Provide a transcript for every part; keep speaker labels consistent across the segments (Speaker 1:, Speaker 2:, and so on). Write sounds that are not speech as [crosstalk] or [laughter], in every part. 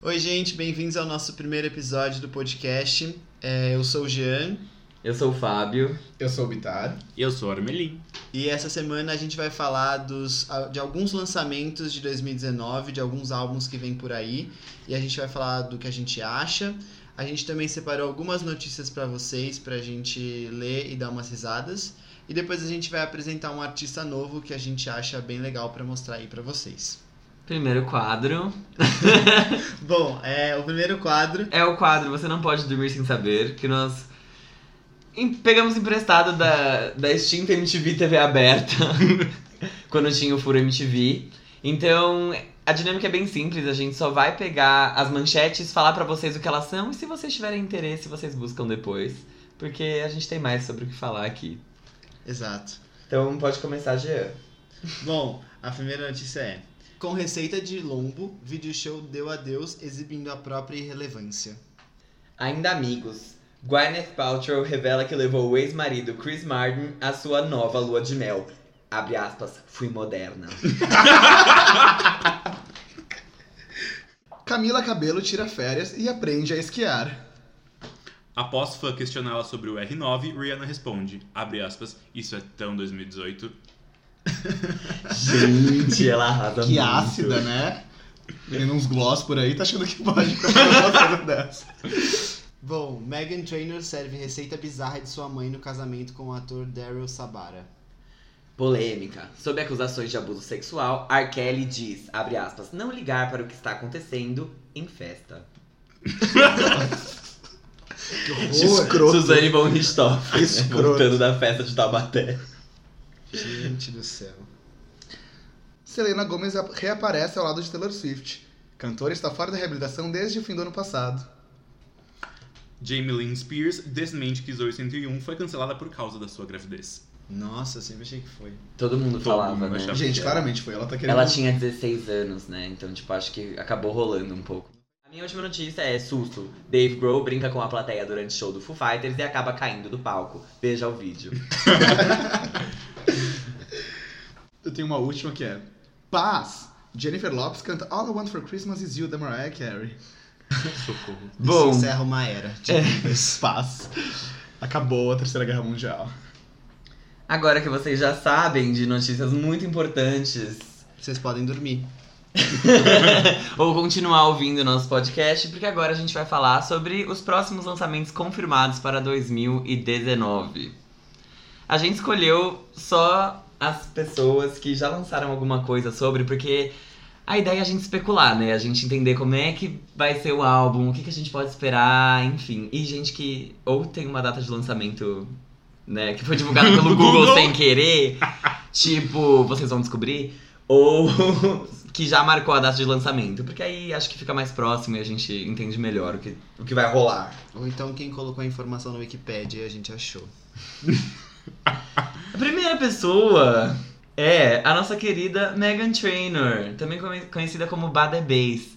Speaker 1: Oi, gente, bem-vindos ao nosso primeiro episódio do podcast. É, eu sou o Jean
Speaker 2: Eu sou o Fábio.
Speaker 3: Eu sou o Bitar.
Speaker 4: Eu sou Armelin.
Speaker 1: e essa semana a gente vai falar dos, a- de alguns lançamentos de 2019, de alguns álbuns que vêm por aí e a gente vai falar do que a gente acha. A gente também separou algumas notícias para vocês, pra gente ler e dar umas risadas. E depois a gente vai apresentar um artista novo que a gente acha bem legal pra mostrar aí pra vocês.
Speaker 2: Primeiro quadro.
Speaker 1: Bom, é, o primeiro quadro
Speaker 2: É o quadro Você Não Pode Dormir Sem Saber, que nós em- pegamos emprestado da, da extinta MTV TV aberta, [laughs] quando tinha o furo MTV. Então, a dinâmica é bem simples, a gente só vai pegar as manchetes, falar pra vocês o que elas são, e se vocês tiverem interesse, vocês buscam depois, porque a gente tem mais sobre o que falar aqui.
Speaker 1: Exato.
Speaker 2: Então, pode começar, Jean.
Speaker 1: Bom, a primeira notícia é: Com receita de lombo, video show deu adeus exibindo a própria irrelevância.
Speaker 2: Ainda amigos, Gwyneth Paltrow revela que levou o ex-marido Chris Martin à sua nova lua de mel. Abre aspas, fui moderna.
Speaker 3: Camila Cabelo tira férias e aprende a esquiar.
Speaker 4: Após fã questioná-la sobre o R9, Rihanna responde, abre aspas, isso é tão 2018.
Speaker 2: Gente, [laughs] ela arrasa
Speaker 3: Que ácida, né? Tendo uns gloss por aí, tá achando que pode fazer uma
Speaker 1: [laughs]
Speaker 3: coisa dessa.
Speaker 1: Bom, Megan Trainor serve receita bizarra de sua mãe no casamento com o ator Daryl Sabara.
Speaker 2: Polêmica. Sob acusações de abuso sexual, R. Kelly diz, abre aspas, não ligar para o que está acontecendo em festa.
Speaker 3: Que
Speaker 2: Suzane von Richthofen,
Speaker 3: Escroto.
Speaker 2: voltando da festa de Tabaté.
Speaker 1: Gente do céu.
Speaker 3: Selena Gomez ap- reaparece ao lado de Taylor Swift. Cantora está fora da reabilitação desde o fim do ano passado.
Speaker 4: Jamie Lynn Spears desmente que Zoe 101 foi cancelada por causa da sua gravidez.
Speaker 1: Nossa, eu sempre achei que foi.
Speaker 2: Todo mundo
Speaker 4: Todo
Speaker 2: falava,
Speaker 4: mundo
Speaker 2: né?
Speaker 4: achava.
Speaker 3: Gente, claramente foi. Ela tá querendo.
Speaker 2: Ela tinha 16 anos, né? Então, tipo, acho que acabou rolando um pouco. A minha última notícia é susto. Dave Grohl brinca com a plateia durante o show do Foo Fighters e acaba caindo do palco. Veja o vídeo.
Speaker 3: Eu tenho uma última que é. Paz! Jennifer Lopes canta All I Want for Christmas Is You da Mariah Carey.
Speaker 4: Socorro.
Speaker 1: Isso encerra uma era. tipo,
Speaker 3: É, [laughs] Paz. Acabou a Terceira Guerra Mundial.
Speaker 2: [laughs] agora que vocês já sabem de notícias muito [laughs] importantes,
Speaker 1: Vocês podem dormir.
Speaker 2: ou continuar ouvindo nosso podcast, porque agora a gente vai falar sobre os próximos lançamentos confirmados para 2019. A gente escolheu só as pessoas que já lançaram alguma coisa sobre, porque a ideia é a gente especular, né? A gente entender como é que vai ser o álbum, o que, que a gente pode esperar, enfim. E gente que ou tem uma data de lançamento, né, que foi divulgada pelo Google
Speaker 4: Google.
Speaker 2: sem querer, tipo, vocês vão descobrir, ou [laughs] que já marcou a data de lançamento, porque aí acho que fica mais próximo e a gente entende melhor o que, o que vai rolar.
Speaker 1: Ou então quem colocou a informação na Wikipedia e a gente achou.
Speaker 2: A primeira pessoa é a nossa querida Megan Trainor, também come- conhecida como Bada Bass,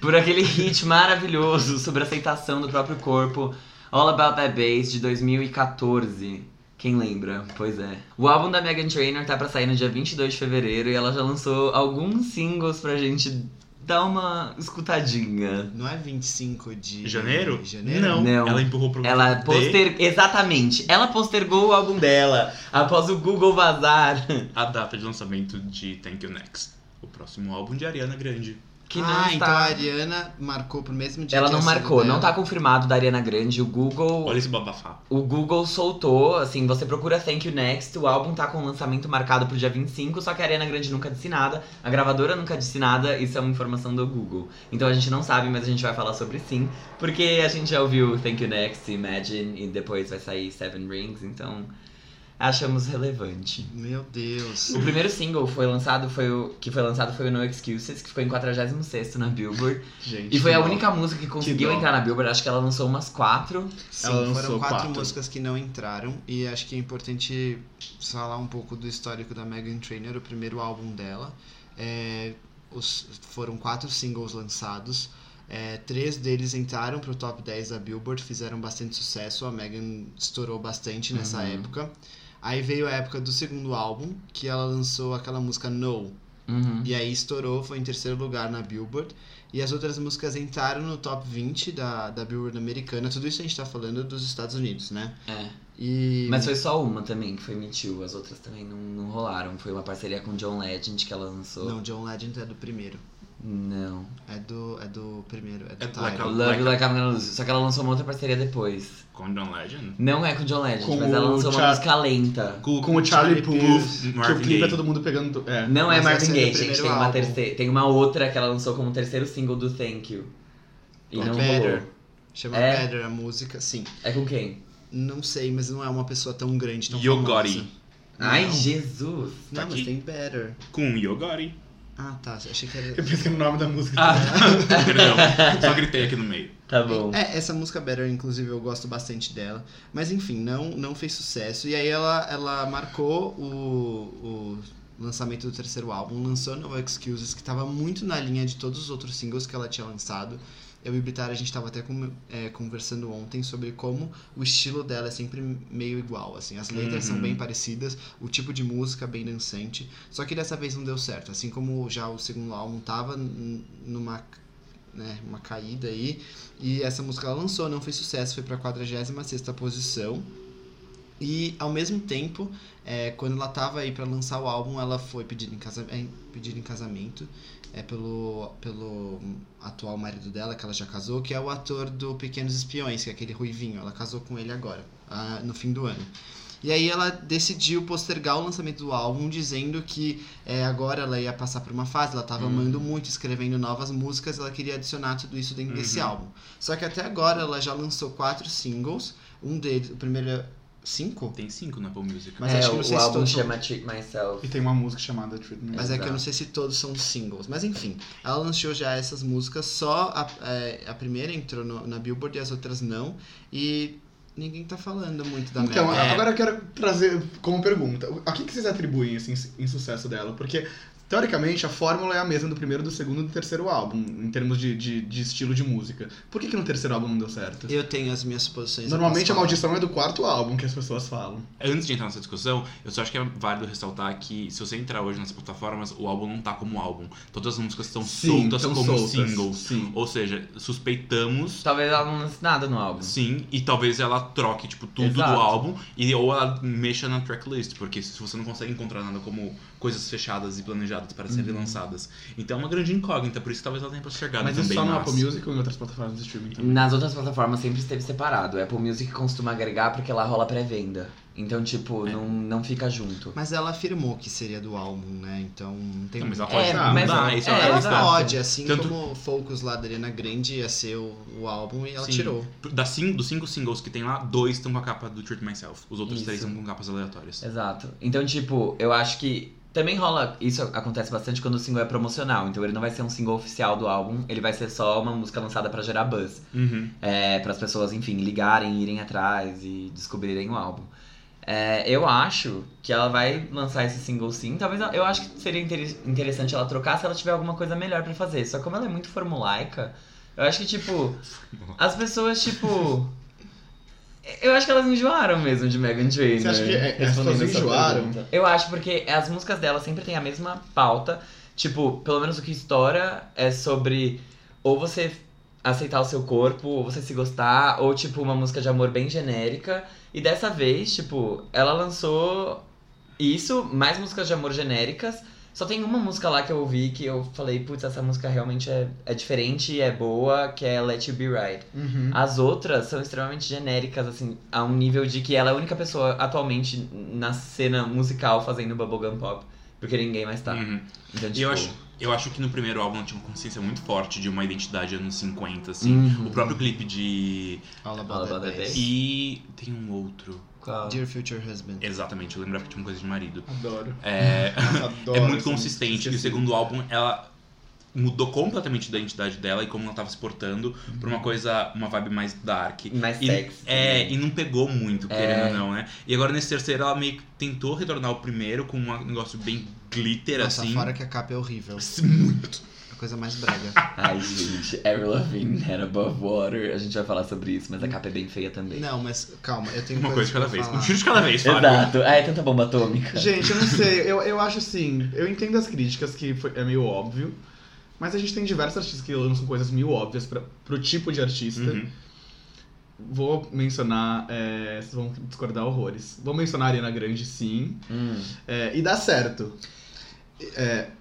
Speaker 2: por aquele hit maravilhoso sobre a aceitação do próprio corpo, All About That Bass, de 2014. Quem lembra? Pois é. O álbum da Megan Trainor tá pra sair no dia 22 de fevereiro e ela já lançou alguns singles pra gente dar uma escutadinha.
Speaker 1: Não é 25 de
Speaker 4: Janeiro?
Speaker 1: Janeiro?
Speaker 4: Não.
Speaker 2: Não.
Speaker 4: Ela empurrou pro
Speaker 2: Ela
Speaker 4: de-
Speaker 2: poster... Exatamente. Ela postergou o álbum dela após o Google vazar.
Speaker 4: a data de lançamento de Thank You Next, o próximo álbum de Ariana Grande.
Speaker 2: Que não
Speaker 1: ah,
Speaker 2: está...
Speaker 1: então a Ariana marcou pro mesmo dia
Speaker 2: Ela
Speaker 1: que
Speaker 2: não
Speaker 1: a
Speaker 2: marcou,
Speaker 1: Selena.
Speaker 2: não tá confirmado da Ariana Grande. O Google,
Speaker 4: Olha esse babafá.
Speaker 2: o Google soltou, assim, você procura Thank You Next, o álbum tá com lançamento marcado pro dia 25, só que a Ariana Grande nunca disse nada, a gravadora nunca disse nada, isso é uma informação do Google. Então a gente não sabe, mas a gente vai falar sobre sim, porque a gente já ouviu Thank You Next, Imagine, e depois vai sair Seven Rings, então achamos relevante.
Speaker 1: Meu Deus.
Speaker 2: O primeiro single foi lançado foi o que foi lançado foi o No Excuses, que ficou em 46º na Billboard.
Speaker 3: Gente.
Speaker 2: E foi a
Speaker 3: não.
Speaker 2: única música que conseguiu
Speaker 3: dó.
Speaker 2: entrar na Billboard, acho que ela lançou umas quatro.
Speaker 1: Sim,
Speaker 3: Ela lançou
Speaker 1: foram quatro,
Speaker 3: quatro.
Speaker 1: músicas que não entraram e acho que é importante falar um pouco do histórico da Megan Trainor, o primeiro álbum dela. É, os, foram quatro singles lançados. é, três deles entraram pro top 10 da Billboard, fizeram bastante sucesso. A Megan estourou bastante nessa
Speaker 2: Uhum.
Speaker 1: época. Aí veio a época do segundo álbum, que ela lançou aquela música No,
Speaker 2: Uhum.
Speaker 1: E aí estourou, foi em terceiro lugar na Billboard. E as outras músicas entraram no top 20 da, da Billboard americana. Tudo isso a gente tá falando dos Estados Unidos, né?
Speaker 2: É.
Speaker 1: E.
Speaker 2: Mas foi só uma também, que foi Me Too. As outras também não, não rolaram. Foi uma parceria com John Legend que ela lançou.
Speaker 1: Não, John Legend é do primeiro.
Speaker 2: Não.
Speaker 1: É do. É do primeiro. É do
Speaker 4: É do
Speaker 1: Tyler.
Speaker 4: Blackout.
Speaker 2: Love You Like I'm Gonna Lose You. Só que ela lançou uma outra parceria depois.
Speaker 4: Com John Legend?
Speaker 2: Não é com John Legend,
Speaker 3: Com
Speaker 2: mas ela
Speaker 3: o
Speaker 2: lançou uma
Speaker 3: Char-
Speaker 2: música lenta.
Speaker 3: Com, o Charlie Puth, que o
Speaker 4: Marvin
Speaker 3: clipe é
Speaker 4: Gaye.
Speaker 3: todo mundo pegando... to- É.
Speaker 2: Não é
Speaker 1: Mas
Speaker 2: Marvin
Speaker 1: essa é do
Speaker 2: Gaye, gente.
Speaker 1: primeiro
Speaker 2: Tem uma,
Speaker 1: álbum.
Speaker 2: terceira, tem uma outra que ela lançou como terceiro single do Thank You. E
Speaker 1: É
Speaker 2: não
Speaker 1: Better.
Speaker 2: rolou.
Speaker 1: Chama
Speaker 2: É.
Speaker 1: Better a música, sim.
Speaker 2: É com quem?
Speaker 1: Não sei, mas não é uma pessoa tão grande, tão
Speaker 4: Yogori.
Speaker 1: famosa.
Speaker 2: Ai,
Speaker 1: Não.
Speaker 2: Jesus.
Speaker 1: Não,
Speaker 4: Tá
Speaker 1: mas
Speaker 4: aqui.
Speaker 1: tem Better.
Speaker 4: Com Yogori.
Speaker 1: Ah, tá. Achei que era.
Speaker 3: Eu pensei no nome da música.
Speaker 4: Ah, tá. Perdão. Só gritei aqui no meio.
Speaker 2: Tá bom.
Speaker 1: É, essa música Better, inclusive, eu gosto bastante dela. Mas enfim, não, não fez sucesso. E aí ela, ela marcou o, o lançamento do terceiro álbum, lançou No Excuses, que tava muito na linha de todos os outros singles que ela tinha lançado. Eu e o Bitar, a gente tava até com- é, conversando ontem sobre como o estilo dela é sempre meio igual, assim. As letras
Speaker 4: Uhum.
Speaker 1: são bem parecidas, o tipo de música bem dançante. Só que dessa vez não deu certo. Assim como já o segundo álbum tava n- numa né, uma caída aí. E essa música ela lançou, não fez sucesso, foi pra 46 posição. E ao mesmo tempo, é, quando ela tava aí pra lançar o álbum, ela foi pedida em, casa, é, pedida em casamento é, pelo, pelo atual marido dela, que ela já casou, que é o ator do Pequenos Espiões, que é aquele ruivinho. Ela casou com ele agora, ah, no fim do ano. E aí ela decidiu postergar o lançamento do álbum, dizendo que é, agora ela ia passar por uma fase, ela tava
Speaker 2: Hum.
Speaker 1: amando muito, escrevendo novas músicas, ela queria adicionar tudo isso dentro desse
Speaker 4: Uhum.
Speaker 1: álbum. Só que até agora ela já lançou quatro singles, um deles, o primeiro é cinco?
Speaker 4: Tem cinco na Apple Music.
Speaker 1: Mas
Speaker 2: é,
Speaker 1: acho que
Speaker 2: o,
Speaker 1: não sei
Speaker 2: o
Speaker 1: se
Speaker 2: álbum
Speaker 1: todos-
Speaker 2: chama Treat Myself.
Speaker 3: E tem uma música chamada Treatment.
Speaker 1: Mas é que eu não
Speaker 2: Exato.
Speaker 1: sei se todos são singles. Mas enfim, ela lançou já essas músicas, só a, é, a primeira entrou no- na Billboard e as outras não. E ninguém tá falando muito da
Speaker 3: Então,
Speaker 1: Mel.
Speaker 4: É.
Speaker 3: agora eu quero trazer como pergunta, o- a que, que vocês atribuem esse ins- insucesso dela? Porque, teoricamente, a fórmula é a mesma do primeiro, do segundo e do terceiro álbum, em termos de, de, de estilo de música. Por que, que no terceiro álbum não deu certo?
Speaker 1: Eu tenho as minhas suposições.
Speaker 3: Normalmente a
Speaker 1: eu posso
Speaker 3: maldição é do quarto álbum que as pessoas falam.
Speaker 4: Antes de entrar nessa discussão, eu só acho que é válido ressaltar que se você entrar hoje nas plataformas, o álbum não tá como álbum. Todas as músicas estão soltas
Speaker 3: tão
Speaker 4: como
Speaker 3: soltas,
Speaker 4: singles.
Speaker 3: Sim.
Speaker 4: Ou seja, suspeitamos.
Speaker 2: Talvez ela não lance nada no álbum.
Speaker 4: Sim, e talvez ela troque, tipo, tudo
Speaker 2: Exato.
Speaker 4: do álbum e ou ela mexa na tracklist, porque se você não consegue encontrar nada como coisas fechadas e planejadas para serem lançadas. Então é uma grande incógnita, por isso que talvez ela tenha postergado
Speaker 3: Uhum. Mas isso
Speaker 4: também.
Speaker 3: só no
Speaker 4: mas-
Speaker 3: Apple Music ou em outras plataformas de streaming também?
Speaker 2: Nas outras plataformas sempre esteve separado. A Apple Music costuma agregar porque lá rola pré-venda. Então, tipo, não, não fica junto.
Speaker 1: Mas ela afirmou que seria do álbum, né? Então não tem
Speaker 4: Não, mas ela
Speaker 1: muito.
Speaker 4: pode
Speaker 2: É,
Speaker 4: mudar,
Speaker 2: mas-
Speaker 4: isso
Speaker 2: é,
Speaker 4: uma
Speaker 1: ela
Speaker 4: questão.
Speaker 2: exato.
Speaker 1: pode, assim
Speaker 4: Tanto-
Speaker 1: como o Focus lá da Ariana Grande ia ser o, o álbum e ela
Speaker 4: Sim.
Speaker 1: tirou.
Speaker 4: Das cin- dos cinco singles que tem lá, dois estão com a capa do Treat Myself. Os outros
Speaker 2: Isso.
Speaker 4: três são com capas aleatórias.
Speaker 2: Exato. Então, tipo, eu acho que também rola. Isso acontece bastante quando o single é promocional. Então, ele não vai ser um single oficial do álbum, ele vai ser só uma música lançada pra gerar buzz.
Speaker 4: Uhum.
Speaker 2: É, para as pessoas, enfim, ligarem, irem atrás e descobrirem o álbum. É, eu acho que ela vai lançar esse single sim. Talvez ela- eu acho que seria inter- interessante ela trocar se ela tiver alguma coisa melhor pra fazer. Só que como ela é muito formulaica, eu acho que, tipo, as pessoas, tipo. Eu acho que elas enjoaram mesmo de Megan Trainor.
Speaker 4: né?
Speaker 3: Você acha que é- as
Speaker 2: respondendo
Speaker 3: pessoas
Speaker 2: essa
Speaker 3: enjoaram?
Speaker 2: pergunta. Eu acho porque as músicas dela sempre têm a mesma pauta. Tipo, pelo menos o que estoura é sobre ou você aceitar o seu corpo, ou você se gostar, ou tipo uma música de amor bem genérica. E dessa vez, tipo, ela lançou isso, mais músicas de amor genéricas. Só tem uma música lá que eu ouvi que eu falei, putz, essa música realmente é, é diferente e é boa, que é Let You Be Right.
Speaker 3: Uhum.
Speaker 2: As outras são extremamente genéricas, assim, a um nível de que ela é a única pessoa atualmente na cena musical fazendo bubblegum pop. Porque ninguém mais tá.
Speaker 4: Uhum.
Speaker 2: Então, tipo,
Speaker 4: E eu acho, eu acho que no primeiro álbum ela tinha uma consciência muito forte de uma identidade anos 50, assim.
Speaker 2: Uhum.
Speaker 4: O próprio clipe de.
Speaker 1: All About,
Speaker 2: All
Speaker 1: That
Speaker 2: About That
Speaker 1: Bass.
Speaker 2: Bass.
Speaker 4: E. Tem um outro.
Speaker 2: Qual?
Speaker 1: Dear Future Husband.
Speaker 4: Exatamente, eu lembrava que tinha uma coisa de marido. [laughs]
Speaker 3: Adoro.
Speaker 4: É,
Speaker 3: Nossa,
Speaker 4: é
Speaker 3: adoro
Speaker 4: muito
Speaker 3: essa
Speaker 4: consistente.
Speaker 3: música.
Speaker 4: E o segundo álbum, ela mudou completamente da identidade dela e como ela tava se portando pra uma coisa, uma vibe mais dark.
Speaker 2: Mais
Speaker 4: E-
Speaker 2: sexy.
Speaker 4: É,
Speaker 2: também.
Speaker 4: e não pegou muito,
Speaker 2: É.
Speaker 4: querendo ou não, né? E agora nesse terceiro ela meio que tentou retornar ao primeiro com um negócio bem glitter,
Speaker 1: Nossa,
Speaker 4: assim.
Speaker 1: fora que a capa é horrível.
Speaker 4: Muito.
Speaker 1: Coisa mais
Speaker 4: [laughs]
Speaker 1: brega.
Speaker 2: Ai, gente, Avril Lavigne, Head Above Water. A gente vai falar sobre isso, mas a capa é bem feia também.
Speaker 1: Não, mas calma, eu tenho
Speaker 4: Uma coisa de
Speaker 1: pra
Speaker 4: cada vez. [laughs]
Speaker 1: falar.
Speaker 4: Um tiro de cada vez, Fábio.
Speaker 2: Exato. Ah, é tanta bomba atômica.
Speaker 3: Gente, eu não sei, eu, eu acho assim, eu entendo as críticas, que foi- é meio óbvio, mas a gente tem diversos artistas que lançam coisas meio óbvias pra, pro tipo de artista.
Speaker 4: Uhum.
Speaker 3: Vou mencionar, é, vocês vão discordar horrores. Vou mencionar a Ariana Grande, sim,
Speaker 2: Hum.
Speaker 3: é, e dá certo.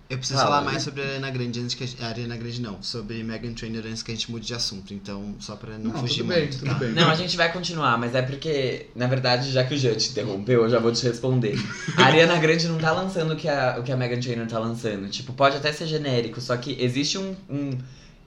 Speaker 1: Eu preciso
Speaker 2: Fala,
Speaker 1: falar
Speaker 2: Lívia.
Speaker 1: mais sobre a Arena Grande antes que a gente... a Arena Grande não, sobre Megan Trainor antes que a gente mude de assunto. Então, só pra não, fugir
Speaker 3: tudo bem,
Speaker 1: muito. tá?
Speaker 3: tudo bem.
Speaker 2: Não, a gente vai continuar, mas é porque, na verdade, já que o Jean te interrompeu, eu já vou te responder. A Ariana Grande não tá lançando o que a, o que a Megan Trainor tá lançando. Tipo, pode até ser genérico, só que existe um, um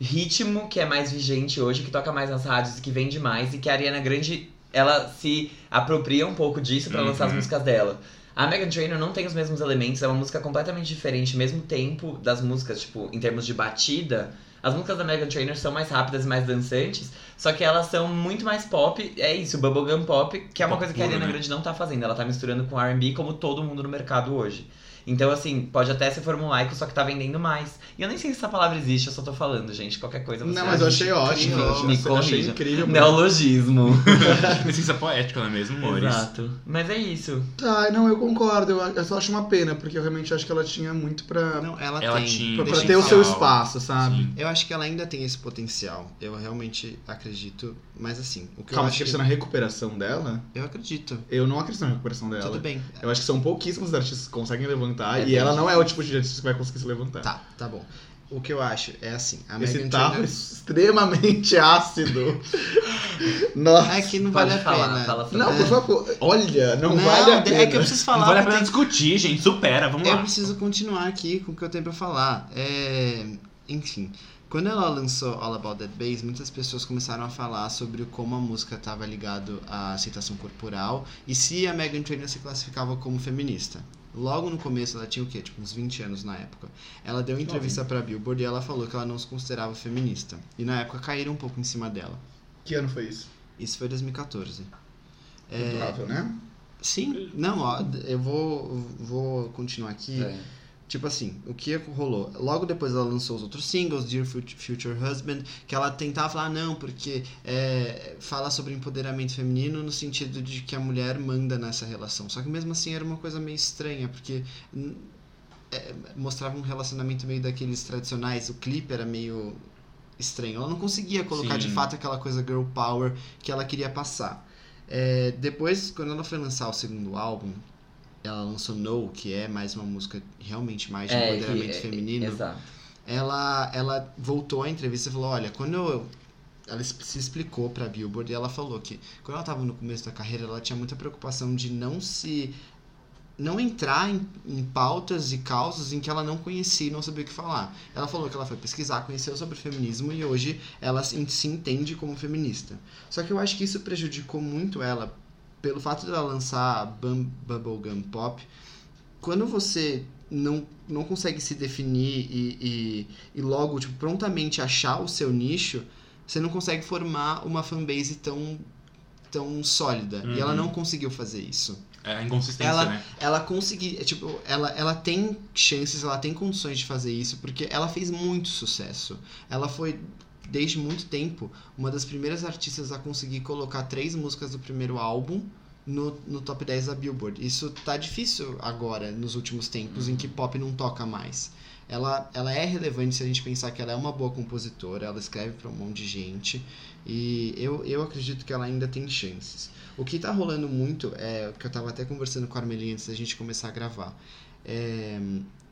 Speaker 2: ritmo que é mais vigente hoje, que toca mais nas rádios, que vende mais, e que a Ariana Grande, ela se apropria um pouco disso pra lançar as
Speaker 4: Uhum.
Speaker 2: músicas dela. A Megan Trainor não tem os mesmos elementos, é uma música completamente diferente, mesmo tempo das músicas, tipo, em termos de batida. As músicas da Megan Trainor são mais rápidas e mais dançantes, só que elas são muito mais pop, é isso, bubblegum pop, que é uma
Speaker 4: Pop
Speaker 2: coisa que a
Speaker 4: puro,
Speaker 2: Ariana
Speaker 4: né?
Speaker 2: Grande não tá fazendo, ela tá misturando com R&B como todo mundo no mercado hoje. Então, assim, pode até ser formulaico, só que tá vendendo mais. E eu nem sei se essa palavra existe, eu só tô falando, gente, qualquer coisa você
Speaker 3: Não, mas eu
Speaker 2: acha.
Speaker 3: achei ótimo,
Speaker 1: criou,
Speaker 3: eu
Speaker 2: me
Speaker 3: achei, eu achei
Speaker 2: corrija.
Speaker 4: [laughs]
Speaker 3: incrível.
Speaker 2: Neologismo.
Speaker 4: Licença poética, não é mesmo, amores?
Speaker 2: Exato. Mas é isso.
Speaker 3: Tá, não, eu concordo, eu, eu só acho uma pena, porque eu realmente acho que ela tinha muito pra,
Speaker 1: Não, ela,
Speaker 4: Ela
Speaker 1: tem.
Speaker 4: tinha-
Speaker 3: pra, pra
Speaker 1: deixa eu
Speaker 3: ter o seu
Speaker 1: falar.
Speaker 3: espaço, sabe?
Speaker 4: Sim.
Speaker 1: Eu acho que ela ainda tem esse potencial. Eu realmente acredito. Mas assim, o que eu
Speaker 3: Calma,
Speaker 1: acho.
Speaker 3: você acredita na recuperação dela?
Speaker 1: Eu acredito.
Speaker 3: Eu não acredito na recuperação dela.
Speaker 1: Tudo bem.
Speaker 3: Eu acho que são pouquíssimos artistas que conseguem levantar
Speaker 2: É
Speaker 3: e
Speaker 2: bem
Speaker 3: ela não é o tipo de artista que vai conseguir se levantar.
Speaker 1: Tá, tá bom. O que eu acho é assim, a
Speaker 3: Esse
Speaker 1: Megan
Speaker 3: tarro [laughs] é
Speaker 1: Trainor
Speaker 3: extremamente [laughs] ácido. Nossa.
Speaker 1: é que não
Speaker 2: Pode
Speaker 1: vale a
Speaker 2: falar,
Speaker 1: pena.
Speaker 2: fala sobre
Speaker 3: Não, por favor. Olha, não,
Speaker 1: Não,
Speaker 3: vale a
Speaker 1: de-
Speaker 3: pena.
Speaker 1: é que eu preciso
Speaker 4: Não vale
Speaker 1: falar.
Speaker 4: a pena
Speaker 1: porque
Speaker 4: discutir, gente. Supera, vamos
Speaker 1: eu
Speaker 4: lá.
Speaker 1: preciso continuar aqui com o que eu tenho pra falar. É, Enfim, quando ela lançou All About That Bass, muitas pessoas começaram a falar sobre como a música estava ligada à aceitação corporal e se a Megan Trainor se classificava como feminista. Logo no começo, ela tinha o quê? Tipo, uns 20 anos na época. Ela deu entrevista pra Billboard e ela falou que ela não se considerava feminista. E na época caíram um pouco em cima dela.
Speaker 3: Que ano foi isso?
Speaker 1: Isso foi 2014.
Speaker 3: Razoável, né?
Speaker 1: Sim, não, ó, eu vou, vou continuar aqui. Tipo assim, o que rolou? Logo depois ela lançou os outros singles, Dear Fut- Future Husband, que ela tentava falar, "Ah, não, porque é, fala sobre empoderamento feminino no sentido de que a mulher manda nessa relação. Só que mesmo assim era uma coisa meio estranha, porque hum, é, mostrava um relacionamento meio daqueles tradicionais, o clipe era meio estranho. Ela não conseguia colocar de
Speaker 4: Sim.
Speaker 1: fato aquela coisa girl power que ela queria passar. É, depois, quando ela foi lançar o segundo álbum, ela lançou No, que é mais uma música realmente mais de
Speaker 2: É,
Speaker 1: empoderamento
Speaker 2: que- é,
Speaker 1: feminino.
Speaker 2: Exato.
Speaker 1: ela, ela voltou à entrevista e falou: Olha, quando eu. Ela es- se explicou pra Billboard e ela falou que quando ela tava no começo da carreira, ela tinha muita preocupação de não se. não entrar em, em pautas e causas em que ela não conhecia e não sabia o que falar. Ela falou que ela foi pesquisar, conheceu sobre feminismo e hoje ela se, se entende como feminista. Só que eu acho que isso prejudicou muito ela pelo fato dela lançar Bum- Bubblegum Pop. Quando você não, não consegue se definir e, e, e logo tipo, prontamente achar o seu nicho, você não consegue formar uma fanbase tão, tão sólida.
Speaker 4: Uhum.
Speaker 1: E ela não conseguiu fazer isso
Speaker 4: É a inconsistência,
Speaker 1: Ela-
Speaker 4: né?
Speaker 1: ela conseguir, é, tipo, ela, ela tem chances, ela tem condições de fazer isso, porque ela fez muito sucesso. Ela foi, desde muito tempo, uma das primeiras artistas a conseguir colocar três músicas do primeiro álbum no, no top 10 da Billboard. Isso tá difícil agora, nos últimos tempos, em que pop não toca mais. Ela, ela é relevante se a gente pensar que ela é uma boa compositora, ela escreve pra um monte de gente, e eu, eu acredito que ela ainda tem chances. O que tá rolando muito é o que eu tava até conversando com a Armelinha antes da gente começar a gravar. É,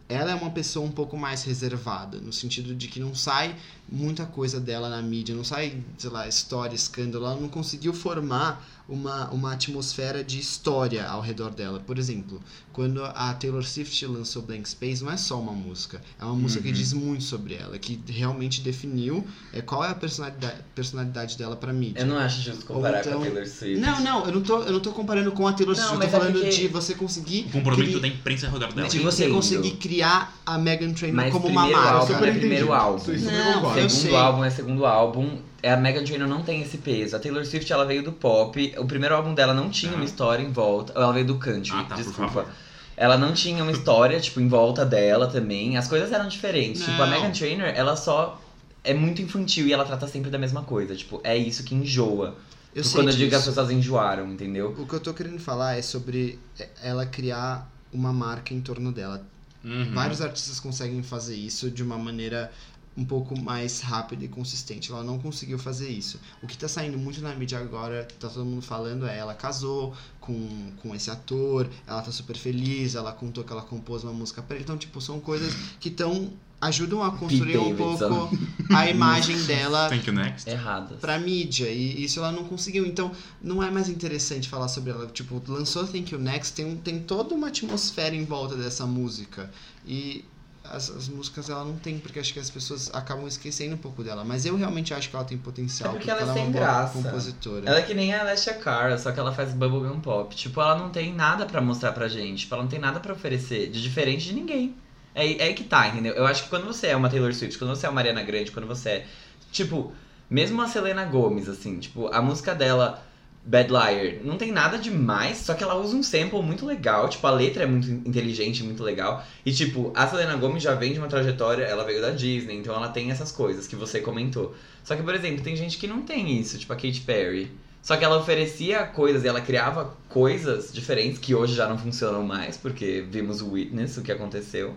Speaker 1: ela é uma pessoa um pouco mais reservada, no sentido de que não sai muita coisa dela na mídia, não sai, sei lá, história, escândalo. Ela não conseguiu formar uma, uma atmosfera de história ao redor dela. Por exemplo, quando a Taylor Swift lançou Blank Space, não é só uma música, é uma música que
Speaker 4: Uhum.
Speaker 1: diz muito sobre ela, que realmente definiu é, qual é a personalidade, personalidade dela pra mídia.
Speaker 2: Eu não acho justo
Speaker 1: Ou
Speaker 2: comparar
Speaker 1: então-
Speaker 2: com a Taylor Swift.
Speaker 1: Não, não, eu não tô, eu não tô comparando com a Taylor
Speaker 2: Não,
Speaker 1: Swift, eu tô
Speaker 2: mas é
Speaker 1: falando
Speaker 2: porque-
Speaker 1: de você conseguir.
Speaker 4: O comportamento
Speaker 1: cri-
Speaker 4: da imprensa ao redor dela.
Speaker 1: de
Speaker 2: Eu
Speaker 1: você
Speaker 2: entendo.
Speaker 1: conseguir criar a Megan Trainor
Speaker 2: Mas
Speaker 1: como uma
Speaker 2: primeiro
Speaker 1: marca.
Speaker 2: álbum é
Speaker 3: super
Speaker 2: primeiro
Speaker 3: entendi.
Speaker 2: álbum.
Speaker 3: Isso, isso eu
Speaker 1: Não,
Speaker 3: [laughs]
Speaker 1: eu
Speaker 3: concordo.
Speaker 2: Segundo
Speaker 1: sei.
Speaker 2: álbum é segundo álbum. é A Megan Trainor não tem esse peso. A Taylor Swift, ela veio do pop. O primeiro álbum dela não tinha
Speaker 4: Tá.
Speaker 2: uma história em volta. Ela veio do country,
Speaker 4: Ah, tá, por
Speaker 2: desculpa.
Speaker 4: favor.
Speaker 2: Ela não tinha uma história, tipo, em volta dela também. As coisas eram diferentes. Tipo, a
Speaker 4: Não.
Speaker 2: Megan Trainor, ela só é muito infantil e ela trata sempre da mesma coisa. Tipo, é isso que enjoa.
Speaker 1: Eu
Speaker 2: Tipo,
Speaker 1: sei
Speaker 2: quando eu digo que as
Speaker 1: disso.
Speaker 2: pessoas enjoaram, entendeu?
Speaker 1: O que eu tô querendo falar é sobre ela criar uma marca em torno dela.
Speaker 4: Uhum.
Speaker 1: Vários artistas conseguem fazer isso de uma maneira um pouco mais rápida e consistente. Ela não conseguiu fazer isso. O que tá saindo muito na mídia agora, que tá todo mundo falando, é ela casou com, com esse ator, ela tá super feliz, ela contou que ela compôs uma música pra ele. Então, tipo, são coisas que estão ajudam a construir um
Speaker 2: Davidson.
Speaker 1: pouco a imagem dela
Speaker 4: Thank you, next.
Speaker 2: Erradas.
Speaker 1: pra mídia e isso ela não conseguiu. Então não é mais interessante falar sobre ela. Tipo, lançou Thank You Next, tem, um- tem toda uma atmosfera em volta dessa música. E as, as músicas ela não tem, porque acho que as pessoas acabam esquecendo um pouco dela. Mas eu realmente acho que ela tem potencial,
Speaker 2: É porque ela é
Speaker 1: é
Speaker 2: sem
Speaker 1: uma boa
Speaker 2: graça.
Speaker 1: compositora.
Speaker 2: Ela é que nem a Alessia Cara, só que ela faz bubblegum pop. Tipo, ela não tem nada pra mostrar pra gente. Tipo, ela não tem nada pra oferecer de diferente de ninguém. É, aí- é aí que tá, entendeu? Eu acho que quando você é uma Taylor Swift, quando você é uma Mariana Grande, quando você é. Tipo, mesmo a Selena Gomes, assim, tipo, a música dela. Bad Liar, não tem nada demais, só que ela usa um sample muito legal, tipo, a letra é muito inteligente, muito legal. E tipo, a Selena Gomez já vem de uma trajetória, ela veio da Disney, então ela tem essas coisas que você comentou. Só que, por exemplo, tem gente que não tem isso, tipo a Katy Perry. Só que ela oferecia coisas e ela criava coisas diferentes que hoje já não funcionam mais, porque vimos o Witness, o que aconteceu.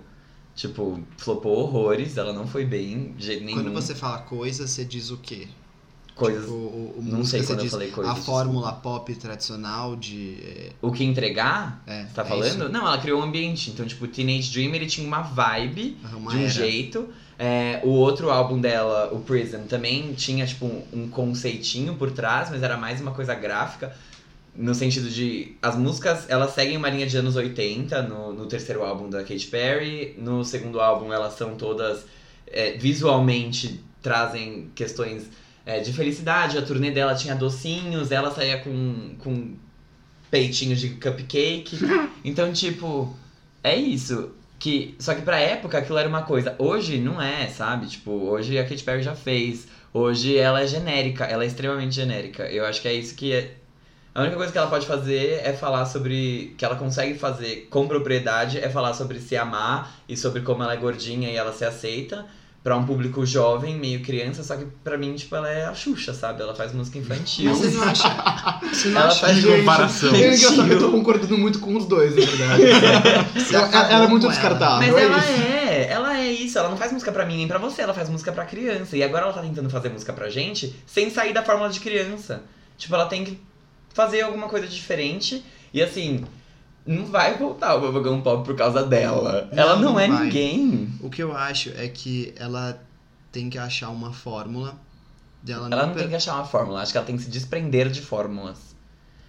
Speaker 2: Tipo, flopou horrores, ela não foi bem de jeito é nenhum.
Speaker 1: Quando você fala coisa, você diz o quê?
Speaker 2: Coisas.
Speaker 1: Tipo, o, o
Speaker 2: não
Speaker 1: música,
Speaker 2: sei
Speaker 1: você
Speaker 2: quando eu
Speaker 1: diz
Speaker 2: falei coisas.
Speaker 1: a fórmula pop tradicional de. é,
Speaker 2: O que entregar?
Speaker 1: É,
Speaker 2: Tá
Speaker 1: é
Speaker 2: falando? não, ela criou um ambiente. Então, tipo, Teenage Dream ele tinha uma vibe
Speaker 1: isso, uma
Speaker 2: de um
Speaker 1: era.
Speaker 2: jeito. É, o outro álbum dela, o Prism, também tinha, tipo, um, um conceitinho por trás, mas era mais uma coisa gráfica. No sentido de. As músicas, elas seguem uma linha de anos 80 no, no terceiro álbum da Katy Perry. No segundo álbum, elas são todas. é, visualmente trazem questões é, de felicidade. A turnê dela tinha docinhos, ela saía com, com peitinhos de cupcake. Então, tipo, é isso. Que, só que pra época aquilo era uma coisa. Hoje não é, sabe? Tipo, hoje a Katy Perry já fez. Hoje ela é genérica, ela é extremamente genérica. Eu acho que é isso que é. A única coisa que ela pode fazer é falar sobre. que ela consegue fazer com propriedade é falar sobre se amar e sobre como ela é gordinha e ela se aceita. Pra um público jovem, meio criança, só que pra mim, tipo, ela é a Xuxa, sabe? Ela faz música infantil.
Speaker 1: Mas Você não acha? Você não
Speaker 2: Ela
Speaker 1: acha
Speaker 2: faz
Speaker 1: que- [laughs]
Speaker 4: de comparação.
Speaker 3: [laughs] É engraçado que eu tô concordando muito com os dois, na [laughs] verdade. ela, ela- ela é muito
Speaker 1: Acabou com ela.
Speaker 3: descartável.
Speaker 2: Mas
Speaker 3: é
Speaker 2: ela
Speaker 3: isso.
Speaker 2: é, ela é isso, ela não faz música pra mim nem pra você, ela faz música pra criança. E agora ela tá tentando fazer música pra gente sem sair da fórmula de criança. Tipo, ela tem que fazer alguma coisa diferente. E assim, não vai voltar o Bubblegum Pop por causa dela.
Speaker 1: Não,
Speaker 2: ela não,
Speaker 1: não
Speaker 2: é
Speaker 1: vai.
Speaker 2: ninguém.
Speaker 1: O que eu acho é que ela tem que achar uma fórmula dela
Speaker 2: Ela não
Speaker 1: per-
Speaker 2: tem que achar uma fórmula, acho que ela tem que se desprender de fórmulas.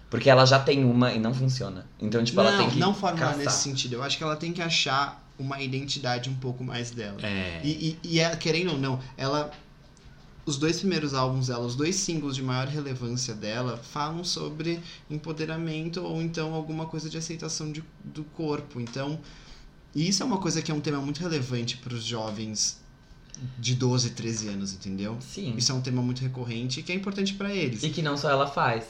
Speaker 2: Porque ela já tem uma e não funciona. Então, tipo, ela
Speaker 1: não,
Speaker 2: tem que.
Speaker 1: não fórmula
Speaker 2: caçar.
Speaker 1: nesse sentido. Eu acho que ela tem que achar uma identidade um pouco mais dela.
Speaker 4: É.
Speaker 1: E, e, e ela, querendo ou não, ela. Os dois primeiros álbuns dela, os dois singles de maior relevância dela, falam sobre empoderamento ou então alguma coisa de aceitação de, do corpo. Então, e isso é uma coisa que é um tema muito relevante para os jovens de 12, 13 anos, entendeu?
Speaker 2: Sim.
Speaker 1: Isso é um tema muito recorrente e que é importante pra eles.
Speaker 2: E que não só ela faz.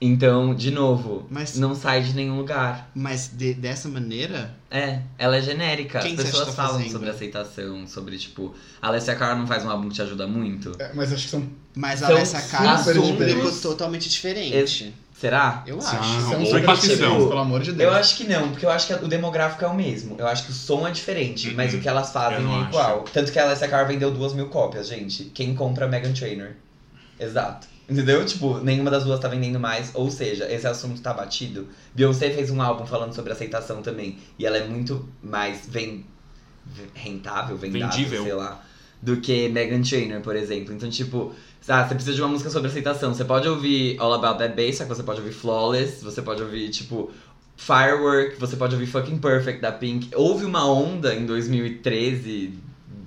Speaker 2: Então, de novo,
Speaker 1: Mas-
Speaker 2: não sai de nenhum lugar.
Speaker 1: Mas de- dessa maneira,
Speaker 2: É, ela é genérica.
Speaker 1: Quem
Speaker 2: As
Speaker 1: você acha
Speaker 2: pessoas
Speaker 1: que tá
Speaker 2: falam
Speaker 1: fazendo?
Speaker 2: sobre aceitação, sobre tipo, a Alessia Cara não faz um álbum que te ajuda muito?
Speaker 3: É, Mas acho que são.
Speaker 1: mas a
Speaker 2: São
Speaker 1: Alessia Cara
Speaker 3: super
Speaker 1: é um
Speaker 3: diferentes.
Speaker 1: público totalmente diferente.
Speaker 2: Esse- Será?
Speaker 1: Eu acho.
Speaker 4: Sim. Ah,
Speaker 3: são
Speaker 4: ou
Speaker 3: super
Speaker 4: Patrícia.
Speaker 3: diferentes, pelo amor de Deus.
Speaker 2: Eu acho que não, porque eu acho que o demográfico é o mesmo. Eu acho que o som é diferente,
Speaker 4: Uhum.
Speaker 2: mas o que elas fazem
Speaker 4: Eu não
Speaker 2: é
Speaker 4: acho.
Speaker 2: igual. Tanto que a Alessia Cara vendeu duas mil cópias, gente. Quem compra é Megan Trainor. Exato. Entendeu? Tipo, nenhuma das duas tá vendendo mais. Ou seja, esse assunto tá batido. Beyoncé fez um álbum falando sobre aceitação também. E ela é muito mais ven... ven- rentável, vendável,
Speaker 4: Vendível.
Speaker 2: sei lá. Do que Megan Trainor, por exemplo. Então, tipo, ah, você precisa de uma música sobre aceitação. Você pode ouvir All About That Bass, só que você pode ouvir Flawless, você pode ouvir, tipo, Firework, você pode ouvir Fucking Perfect da Pink. Houve uma onda em 2013,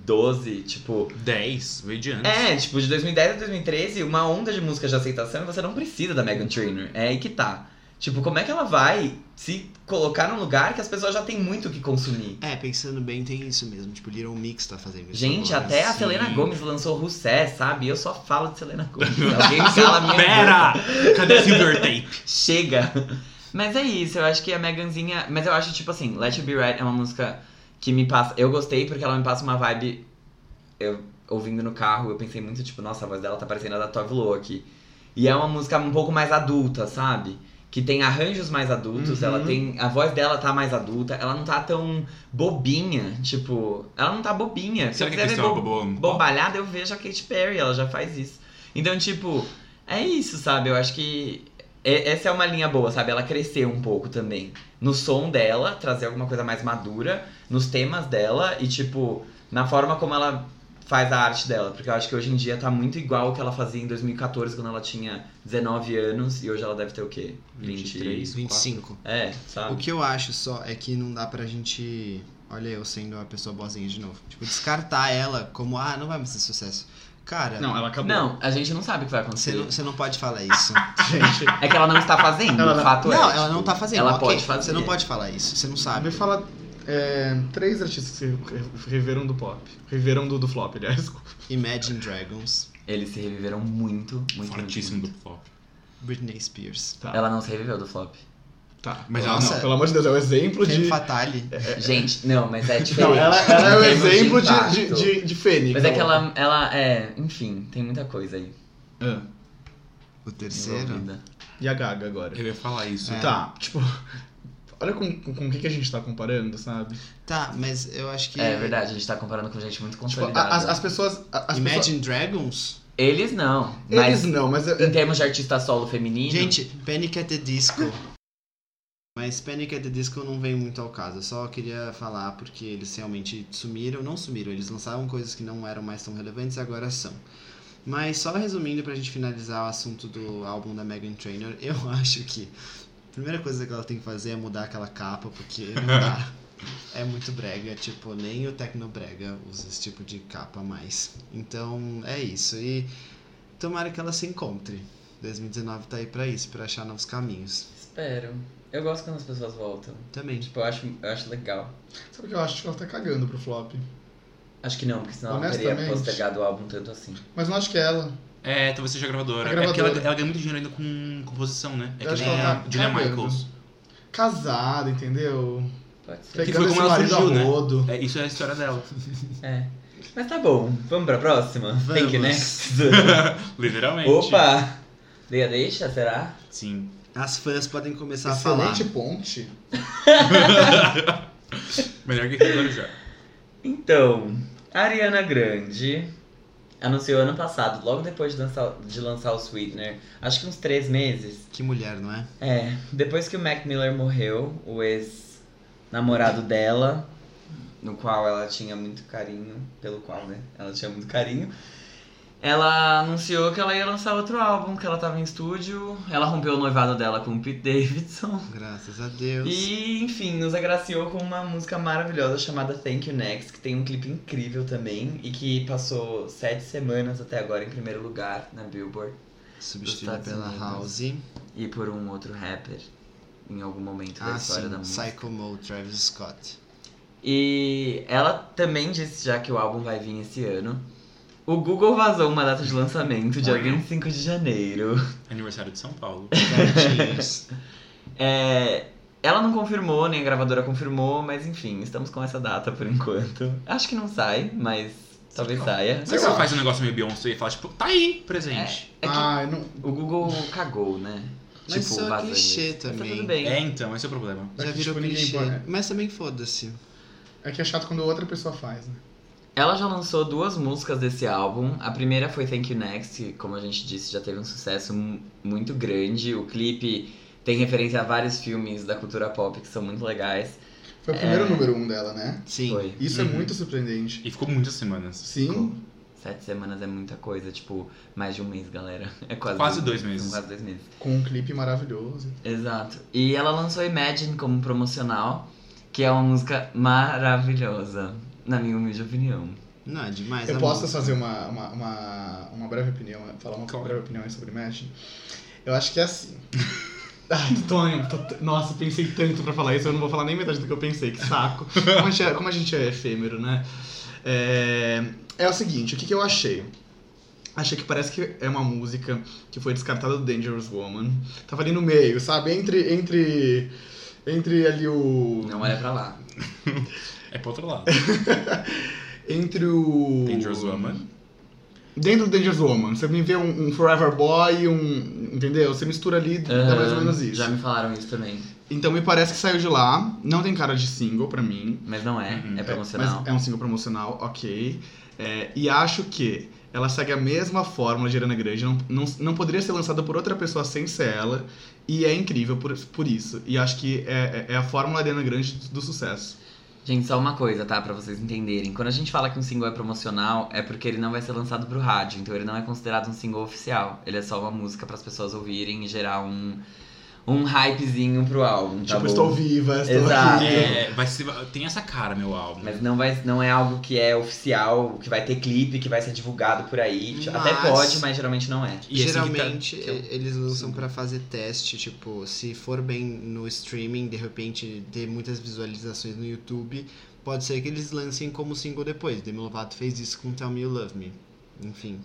Speaker 2: 12, tipo.
Speaker 4: 10, veio de antes.
Speaker 2: É, tipo, de 2010 a 2013, uma onda de músicas de aceitação e você não precisa da Megan Trainor. É aí que tá. Tipo, como é que ela vai se colocar num lugar que as pessoas já têm muito o que consumir?
Speaker 1: É, pensando bem, tem isso mesmo. Tipo, Little Mix tá fazendo isso.
Speaker 2: Gente,
Speaker 1: agora. assim.
Speaker 2: até a
Speaker 4: sim.
Speaker 2: Selena Gomes lançou Rousset, sabe? Eu só
Speaker 4: Ah,
Speaker 2: é. falo de Selena Gomes. Alguém cala a minha boca.
Speaker 4: Pera! Cadê Silver Tape?
Speaker 2: Chega! Mas é isso, eu acho que a Meganzinha. Mas eu acho, tipo assim, Let You Be Right é uma música que me passa. Eu gostei porque ela me passa uma vibe. Eu ouvindo no carro, eu pensei muito, tipo, nossa, a voz dela tá parecendo a da Tove Lo aqui. E é uma música um pouco mais adulta, sabe? Que tem arranjos mais adultos,
Speaker 3: Uhum.
Speaker 2: ela tem. A voz dela tá mais adulta, ela não tá tão bobinha, tipo. Ela não tá bobinha.
Speaker 4: Será que é a
Speaker 2: quiser ver
Speaker 4: Cristóvão
Speaker 2: bo-
Speaker 4: Bobo?
Speaker 2: bobalhada, eu vejo a Katy Perry, ela já faz isso. Então, tipo, é isso, sabe? Eu acho que é- essa é uma linha boa, sabe? Ela cresceu um pouco também. No som dela, trazer alguma coisa mais madura, nos temas dela e, tipo, na forma como ela faz a arte dela. Porque eu acho que hoje em dia tá muito igual o que ela fazia em 2014, quando ela tinha 19 anos, e hoje ela deve ter o quê?
Speaker 4: 23.
Speaker 5: 25.
Speaker 2: É,
Speaker 1: O
Speaker 2: sabe?
Speaker 1: que eu acho só é que não dá pra gente. Olha, eu sendo a pessoa boazinha de novo. Tipo, descartar ela como, ah, não vai mais ser sucesso. Cara,
Speaker 3: Não, ela acabou.
Speaker 2: Não, a gente não sabe o que vai acontecer.
Speaker 1: você não, você não pode falar isso. Gente.
Speaker 2: É que ela não está fazendo,
Speaker 3: Ela
Speaker 2: o
Speaker 3: não-
Speaker 2: fato é.
Speaker 1: não, ela
Speaker 2: tipo,
Speaker 1: não tá fazendo.
Speaker 2: [laughs] Ela
Speaker 1: ok,
Speaker 2: pode fazer.
Speaker 1: Você não pode falar isso. Você não sabe.
Speaker 3: Ah, Me fala é, três artistas que re- reviveram do pop. Reviveram do, do flop, aliás.
Speaker 1: Imagine Dragons,
Speaker 2: Eles se reviveram muito, muito.
Speaker 4: Fortíssimo
Speaker 2: muito,
Speaker 4: do pop.
Speaker 1: Britney Spears.
Speaker 3: Tá.
Speaker 2: muito. Ela não se reviveu do flop.
Speaker 3: Tá.
Speaker 4: Mas
Speaker 3: Não,
Speaker 4: ela
Speaker 1: Nossa.
Speaker 3: não, pelo amor de Deus, é o exemplo
Speaker 1: Femme
Speaker 3: de.
Speaker 1: Fatale.
Speaker 2: Gente, não, mas é diferente.
Speaker 3: Não, ela, ela é o
Speaker 2: Em termos
Speaker 3: exemplo
Speaker 4: Tá.
Speaker 3: de, de,
Speaker 2: impacto.
Speaker 3: de, de Fênix. tá
Speaker 2: Mas é que ela, ela é, enfim, tem muita coisa aí.
Speaker 3: Ah,
Speaker 1: O terceiro.
Speaker 2: envolvida.
Speaker 3: E a Gaga agora.
Speaker 4: Eu ia falar isso.
Speaker 3: Tá, tipo. Olha com, com, com o que, que a gente tá comparando, sabe?
Speaker 1: Tá, mas eu acho que.
Speaker 2: É verdade, a gente tá comparando com gente muito
Speaker 3: Tipo, a-
Speaker 2: consolidada.
Speaker 3: as, as pessoas. a- As pessoas
Speaker 1: Imagine Dragons?
Speaker 2: Eles não,
Speaker 3: eles
Speaker 2: mas
Speaker 3: não, mas. eu-
Speaker 2: em termos de artista solo feminino.
Speaker 1: Gente, Panic at the Disco. Mas Panic at the Disco não vem muito ao caso. Eu só queria falar porque eles realmente sumiram. Não sumiram, eles lançavam coisas que não eram mais tão relevantes e agora são. Mas só resumindo pra gente finalizar o assunto do álbum da Megan Trainor, [laughs] eu acho que a primeira coisa que ela tem que fazer é mudar aquela capa, porque não dá. É muito brega, tipo, nem o Tecnobrega usa esse tipo de capa mais. Então, é isso. E tomara que ela se encontre. 2019 tá aí pra isso, pra achar novos caminhos.
Speaker 2: Espero. Eu gosto quando as pessoas voltam.
Speaker 1: Também.
Speaker 2: Tipo, eu acho, eu acho legal.
Speaker 3: Sabe o que eu acho? Acho que ela tá cagando pro flop.
Speaker 2: Acho que não, porque senão ela não teria
Speaker 3: Honestamente.
Speaker 2: postergado o álbum tanto assim.
Speaker 3: Mas não acho que é ela.
Speaker 4: É, talvez seja a gravadora.
Speaker 3: A gravadora.
Speaker 4: É que ela, ela ganha muito dinheiro ainda com composição, né? É
Speaker 3: Eu
Speaker 4: que
Speaker 3: acho
Speaker 4: nem
Speaker 3: que ela
Speaker 4: a
Speaker 3: tá
Speaker 4: Julia
Speaker 3: cagando.
Speaker 4: Michaels.
Speaker 3: Casada, entendeu?
Speaker 2: Pode ser.
Speaker 4: É Que
Speaker 3: Pegando
Speaker 4: foi
Speaker 3: esse
Speaker 4: como ela
Speaker 3: marido
Speaker 4: surgiu,
Speaker 3: a
Speaker 4: né?
Speaker 3: rodo.
Speaker 4: É, isso é a história dela.
Speaker 2: É. Mas tá bom, vamos pra próxima?
Speaker 1: Vamos.
Speaker 2: Think next.
Speaker 3: [laughs]
Speaker 4: Literalmente.
Speaker 2: Opa! Leia deixa, será?
Speaker 4: Sim.
Speaker 1: As fãs podem começar a
Speaker 3: Excelente
Speaker 1: falar.
Speaker 3: ponte.
Speaker 4: Melhor que agora já.
Speaker 2: Então, a Ariana Grande anunciou ano passado, logo depois de lançar, de lançar o Sweetener, acho que uns três meses.
Speaker 1: Que mulher, não é?
Speaker 2: É, depois que o Mac Miller morreu, o ex-namorado dela, no qual ela tinha muito carinho, pelo qual, né? Ela tinha muito carinho. Ela anunciou que ela ia lançar outro álbum, que ela tava em estúdio. Ela rompeu o noivado dela com o Pete Davidson.
Speaker 1: Graças a Deus.
Speaker 2: E, enfim, nos agraciou com uma música maravilhosa chamada Thank You Next, que tem um clipe incrível também e que passou sete semanas até agora em primeiro lugar na Billboard
Speaker 1: Substituída
Speaker 2: Dos Estados
Speaker 1: pela
Speaker 2: Unidos.
Speaker 1: House.
Speaker 2: e por um outro rapper em algum momento da
Speaker 1: Ah,
Speaker 2: história da
Speaker 1: sim.
Speaker 2: música.
Speaker 1: Psycho Mode, Travis Scott.
Speaker 2: E ela também disse já que o álbum vai vir esse ano. O Google vazou uma data de
Speaker 1: [laughs]
Speaker 2: lançamento, dia 25 de janeiro.
Speaker 4: Aniversário de São Paulo.
Speaker 3: [laughs]
Speaker 1: Gatinhos.
Speaker 2: É, ela não confirmou, nem a gravadora confirmou, mas enfim, estamos com essa data por enquanto. Acho que não sai, mas talvez saia.
Speaker 4: Será que ela faz um negócio meio Beyoncé e fala, tipo, tá aí, presente?
Speaker 2: É que
Speaker 3: Ah, eu não.
Speaker 2: o Google cagou, né?
Speaker 1: Mas isso é
Speaker 2: vazando
Speaker 1: clichê
Speaker 2: isso. Mas Tá
Speaker 1: também.
Speaker 2: tudo
Speaker 4: É,
Speaker 2: bem.
Speaker 4: então, esse é o problema.
Speaker 3: É
Speaker 1: Já
Speaker 3: que,
Speaker 1: virou
Speaker 3: tipo, ninguém
Speaker 1: clichê.
Speaker 3: pode-
Speaker 1: Mas também foda-se.
Speaker 3: É que é chato quando outra pessoa faz, né?
Speaker 2: Ela já lançou duas músicas desse álbum. A primeira foi Thank You Next, que, como a gente disse, já teve um sucesso mu- muito grande. O clipe tem referência a vários filmes da cultura pop que são muito legais.
Speaker 3: Foi o primeiro número um dela, né?
Speaker 1: Sim.
Speaker 2: Foi.
Speaker 3: Isso é
Speaker 4: Uhum.
Speaker 3: muito surpreendente.
Speaker 4: E ficou assim, muitas semanas.
Speaker 3: Sim.
Speaker 2: Sete semanas é muita coisa, tipo, mais de um mês, galera. [laughs] É quase,
Speaker 4: Quase dois
Speaker 2: são
Speaker 4: meses.
Speaker 2: Quase dois meses.
Speaker 3: Com um clipe maravilhoso.
Speaker 2: Exato. E ela lançou Imagine como promocional, que é uma música maravilhosa, na minha humilde opinião.
Speaker 1: Não, é demais.
Speaker 3: Eu
Speaker 1: a
Speaker 3: posso
Speaker 1: música.
Speaker 3: fazer uma, uma, uma, uma breve opinião, falar uma
Speaker 4: Claro.
Speaker 3: breve opinião aí sobre Imagine? Eu acho que é assim. [laughs] Ai, Tonho, tô- tô- nossa, pensei tanto pra falar isso, eu não vou falar nem metade do que eu pensei, que [laughs] saco. Como a gente é, como a gente é efêmero, né? É, é o seguinte, o que, que eu achei? Achei que parece que é uma música que foi descartada do Dangerous Woman. Tava ali no meio, sabe? Entre. Entre. Entre ali o.
Speaker 2: Não olha pra lá.
Speaker 4: É pro outro lado.
Speaker 3: Entre o.
Speaker 4: Dangerous Woman.
Speaker 3: Dentro do Dangerous Woman. Você me vê um, um Forever Boy, um. Entendeu? Você mistura ali, dá É mais ou menos isso.
Speaker 2: Já me falaram isso também.
Speaker 3: Então me parece que saiu de lá. Não tem cara de single pra mim.
Speaker 2: Mas não é,
Speaker 4: Uhum.
Speaker 2: é promocional.
Speaker 3: Mas é um single promocional, ok. É, e acho que ela segue a mesma fórmula de Ariana Grande. Não, não, não poderia ser lançada por outra pessoa sem ser ela. E é incrível por, por isso. E acho que é, é é a fórmula Ariana Grande do, do sucesso.
Speaker 2: Gente, só uma coisa, tá? Pra vocês entenderem. Quando a gente fala que um single é promocional, é porque ele não vai ser lançado pro rádio. Então ele não é considerado um single oficial. Ele é só uma música pras pessoas ouvirem e gerar um, um hypezinho pro álbum. Tá
Speaker 3: tipo,
Speaker 2: bom?
Speaker 3: estou viva, estou
Speaker 2: Exato.
Speaker 3: aqui.
Speaker 4: É, vai ser, tem essa cara, meu álbum.
Speaker 2: Mas não, vai, não é algo que é oficial, que vai ter clipe, que vai ser divulgado por aí. Tipo, Até
Speaker 1: Mas-
Speaker 2: pode, mas geralmente não é.
Speaker 4: E esse guitar-
Speaker 1: Geralmente
Speaker 3: um
Speaker 4: que é o-
Speaker 1: e- eles lançam pra fazer teste, tipo, se for bem no streaming, de repente ter muitas visualizações no YouTube, pode ser que eles lancem como single depois. Demi Lovato fez isso com Tell Me You Love Me. Enfim.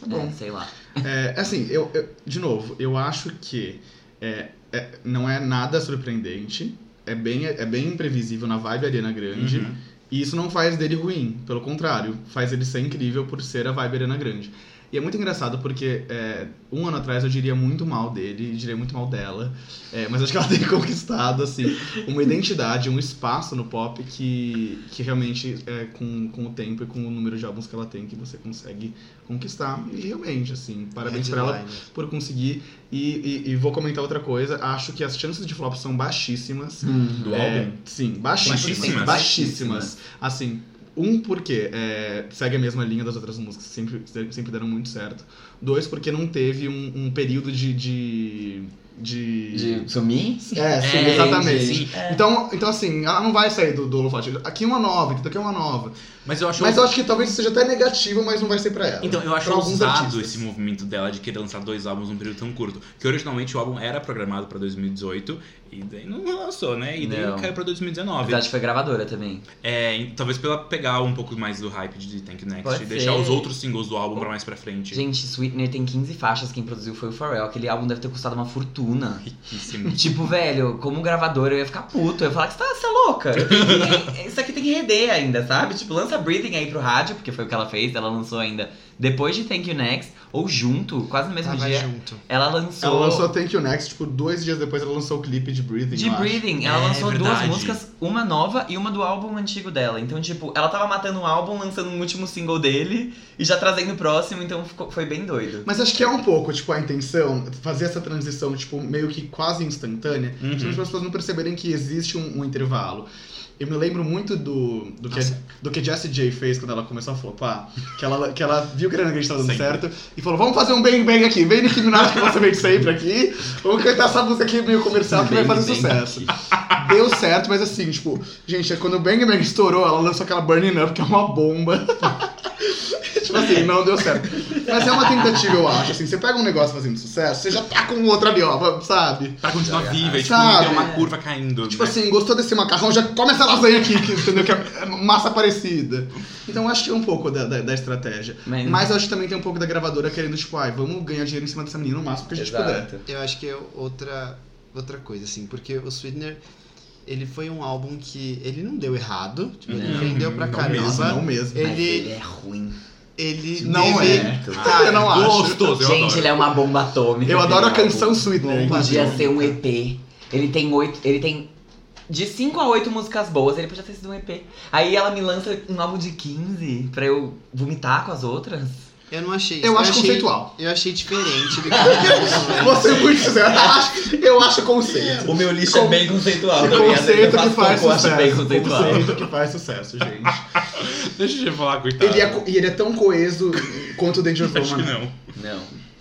Speaker 3: Tá bom.
Speaker 2: É, sei lá.
Speaker 3: É, assim, eu, eu- de novo, eu acho que é, é, não é nada surpreendente. É bem, é bem imprevisível na vibe Ariana Grande.
Speaker 4: Uhum.
Speaker 3: E isso não faz dele ruim, pelo contrário, faz ele ser incrível por ser a vibe Arena Grande. E é muito engraçado porque é, um ano atrás eu diria muito mal dele, diria muito mal dela, é, mas acho que ela [laughs] tem conquistado assim, uma identidade, um espaço no pop que, que realmente, é, com, com o tempo e com o número de álbuns que ela tem, que você consegue conquistar. E realmente, assim, parabéns
Speaker 1: É
Speaker 3: pra ela
Speaker 1: Headliner.
Speaker 3: por conseguir. E, e- e vou comentar outra coisa, acho que as chances de flop são baixíssimas.
Speaker 4: Do
Speaker 3: É,
Speaker 4: álbum.
Speaker 3: Sim, baixíssimas.
Speaker 4: Baixíssimas?
Speaker 3: Baixíssimas. Assim, um porque é, segue a mesma linha das outras músicas, sempre, sempre deram muito certo. Dois, porque não teve um, um período de. de. de...
Speaker 2: De sumir?
Speaker 3: É, sim,
Speaker 4: É,
Speaker 3: exatamente.
Speaker 4: sim.
Speaker 3: Então, então, assim, ela não vai sair do, do holofote. Aqui é uma nova, então aqui é uma nova.
Speaker 4: Mas eu acho.
Speaker 3: Mas eu acho que talvez seja até negativa, mas não vai ser pra ela.
Speaker 4: Então, eu acho
Speaker 3: pra alguns
Speaker 4: ousado
Speaker 3: artistas.
Speaker 4: esse movimento dela de querer lançar dois álbuns num período tão curto. Que originalmente o álbum era programado pra 2018, e daí não lançou, né? E daí
Speaker 2: Não.
Speaker 4: caiu pra
Speaker 2: Na
Speaker 4: 2019.
Speaker 2: verdade, foi gravadora também.
Speaker 4: É, e talvez pela pegar um pouco mais do hype de Thank You Next
Speaker 2: Pode
Speaker 4: e deixar
Speaker 2: ser.
Speaker 4: os outros singles do álbum pra mais pra frente.
Speaker 2: Gente, Sweetener tem 15 faixas, quem produziu foi o Pharrell. Aquele álbum deve ter custado uma fortuna.
Speaker 4: Riquíssimo.
Speaker 2: Tipo, velho, como gravador eu ia ficar puto. Eu ia falar que você, tá, você é louca. Eu tenho que- [laughs] Isso aqui tem que render ainda, sabe? Tipo, lança Breathing aí pro rádio, porque foi o que ela fez. Ela lançou ainda depois de Thank You Next, ou junto, quase no mesmo
Speaker 1: Tava
Speaker 3: é.
Speaker 2: dia.
Speaker 1: junto.
Speaker 2: Ela lançou.
Speaker 3: Ela lançou Thank You Next, tipo, dois dias depois ela lançou o clipe de Breathing.
Speaker 2: De
Speaker 3: eu acho.
Speaker 2: Breathing, ela
Speaker 4: É,
Speaker 2: lançou duas
Speaker 4: verdade.
Speaker 2: músicas, uma nova e uma do álbum antigo dela. Então, tipo, ela tava matando um álbum, lançando um último single dele e já trazendo o próximo, então ficou- foi bem doido.
Speaker 3: Mas acho que é um pouco, tipo, a intenção, fazer essa transição, tipo, meio que quase instantânea,
Speaker 4: Uhum.
Speaker 3: [laughs] tipo, as pessoas não perceberem que existe um, um intervalo. Eu me lembro muito do, do, que,
Speaker 4: Nossa.
Speaker 3: do que Jessie J fez quando ela começou a flopar. Que ela, que ela viu que a Ariana Grande tava dando
Speaker 4: Sempre.
Speaker 3: certo e falou: vamos fazer um bang bang aqui, vem Nicki Minaj que você vem sempre aqui, vamos cantar essa música aqui meio comercial que vai
Speaker 2: Bem, bem
Speaker 3: fazer sucesso.
Speaker 2: aqui.
Speaker 3: Deu certo, mas assim, tipo, gente, quando o Bang Bang estourou, ela lançou aquela Burning Up, que é uma bomba. [laughs] tipo assim, não deu certo. Mas é uma tentativa, eu acho. Assim, você pega um negócio fazendo sucesso, você já tá com o outro ali, ó, sabe?
Speaker 4: pra continuar viva, e tipo,
Speaker 3: Sabe?
Speaker 4: ter uma curva caindo.
Speaker 3: Tipo
Speaker 4: né?
Speaker 3: assim, gostou desse macarrão, já come essa lasanha aqui, que, entendeu? Que é massa parecida. Então acho que é um pouco da, da, da estratégia.
Speaker 2: Mas,
Speaker 3: Mas eu acho que também tem um pouco da gravadora querendo, tipo, ai, vamos ganhar dinheiro em cima dessa menina o máximo que a gente puder.
Speaker 2: Exato.
Speaker 1: Eu acho que é outra, outra coisa, assim, porque o Sweetener, ele foi um álbum que ele não deu errado, tipo, ele
Speaker 2: Não, né?
Speaker 1: vendeu pra
Speaker 4: não
Speaker 1: caramba.
Speaker 3: Mesmo, não mesmo.
Speaker 1: Ele-
Speaker 2: Mas ele é ruim.
Speaker 1: Ele
Speaker 3: Não
Speaker 1: teve
Speaker 3: é.
Speaker 4: Ah,
Speaker 3: [laughs] eu não acho.
Speaker 4: Gostoso, eu
Speaker 2: Gente,
Speaker 4: adoro.
Speaker 2: ele é uma bomba atômica.
Speaker 3: Eu adoro a
Speaker 2: aquele
Speaker 3: canção
Speaker 2: álbum.
Speaker 3: Sweetener.
Speaker 2: Podia
Speaker 3: inclusive.
Speaker 2: ser um EP. Ele tem oito. Ele tem. De 5 a 8 músicas boas, ele podia ter sido um EP. Aí ela me lança um álbum de 15 pra eu vomitar com as outras.
Speaker 1: Eu não achei isso.
Speaker 3: Eu acho
Speaker 1: achei-
Speaker 3: conceitual. [laughs]
Speaker 1: Eu achei diferente do que eu
Speaker 3: Vou ser muito sincero, eu acho, eu acho conceito.
Speaker 2: O meu lixo
Speaker 3: Com-
Speaker 2: é bem conceitual.
Speaker 3: Que
Speaker 2: também, às vezes eu
Speaker 3: conceito
Speaker 2: faço
Speaker 3: que
Speaker 2: tá
Speaker 3: faz
Speaker 2: pouco, eu acho bem
Speaker 3: sucesso.
Speaker 2: conceitual. Tá.
Speaker 3: Conceito que faz sucesso,
Speaker 4: [laughs]
Speaker 3: gente.
Speaker 4: Deixa eu falar, coitado.
Speaker 3: assim, Ele é, co- e ele é tão coeso quanto o Dangerous
Speaker 4: Acho que
Speaker 3: Woman.
Speaker 4: não.
Speaker 2: Não.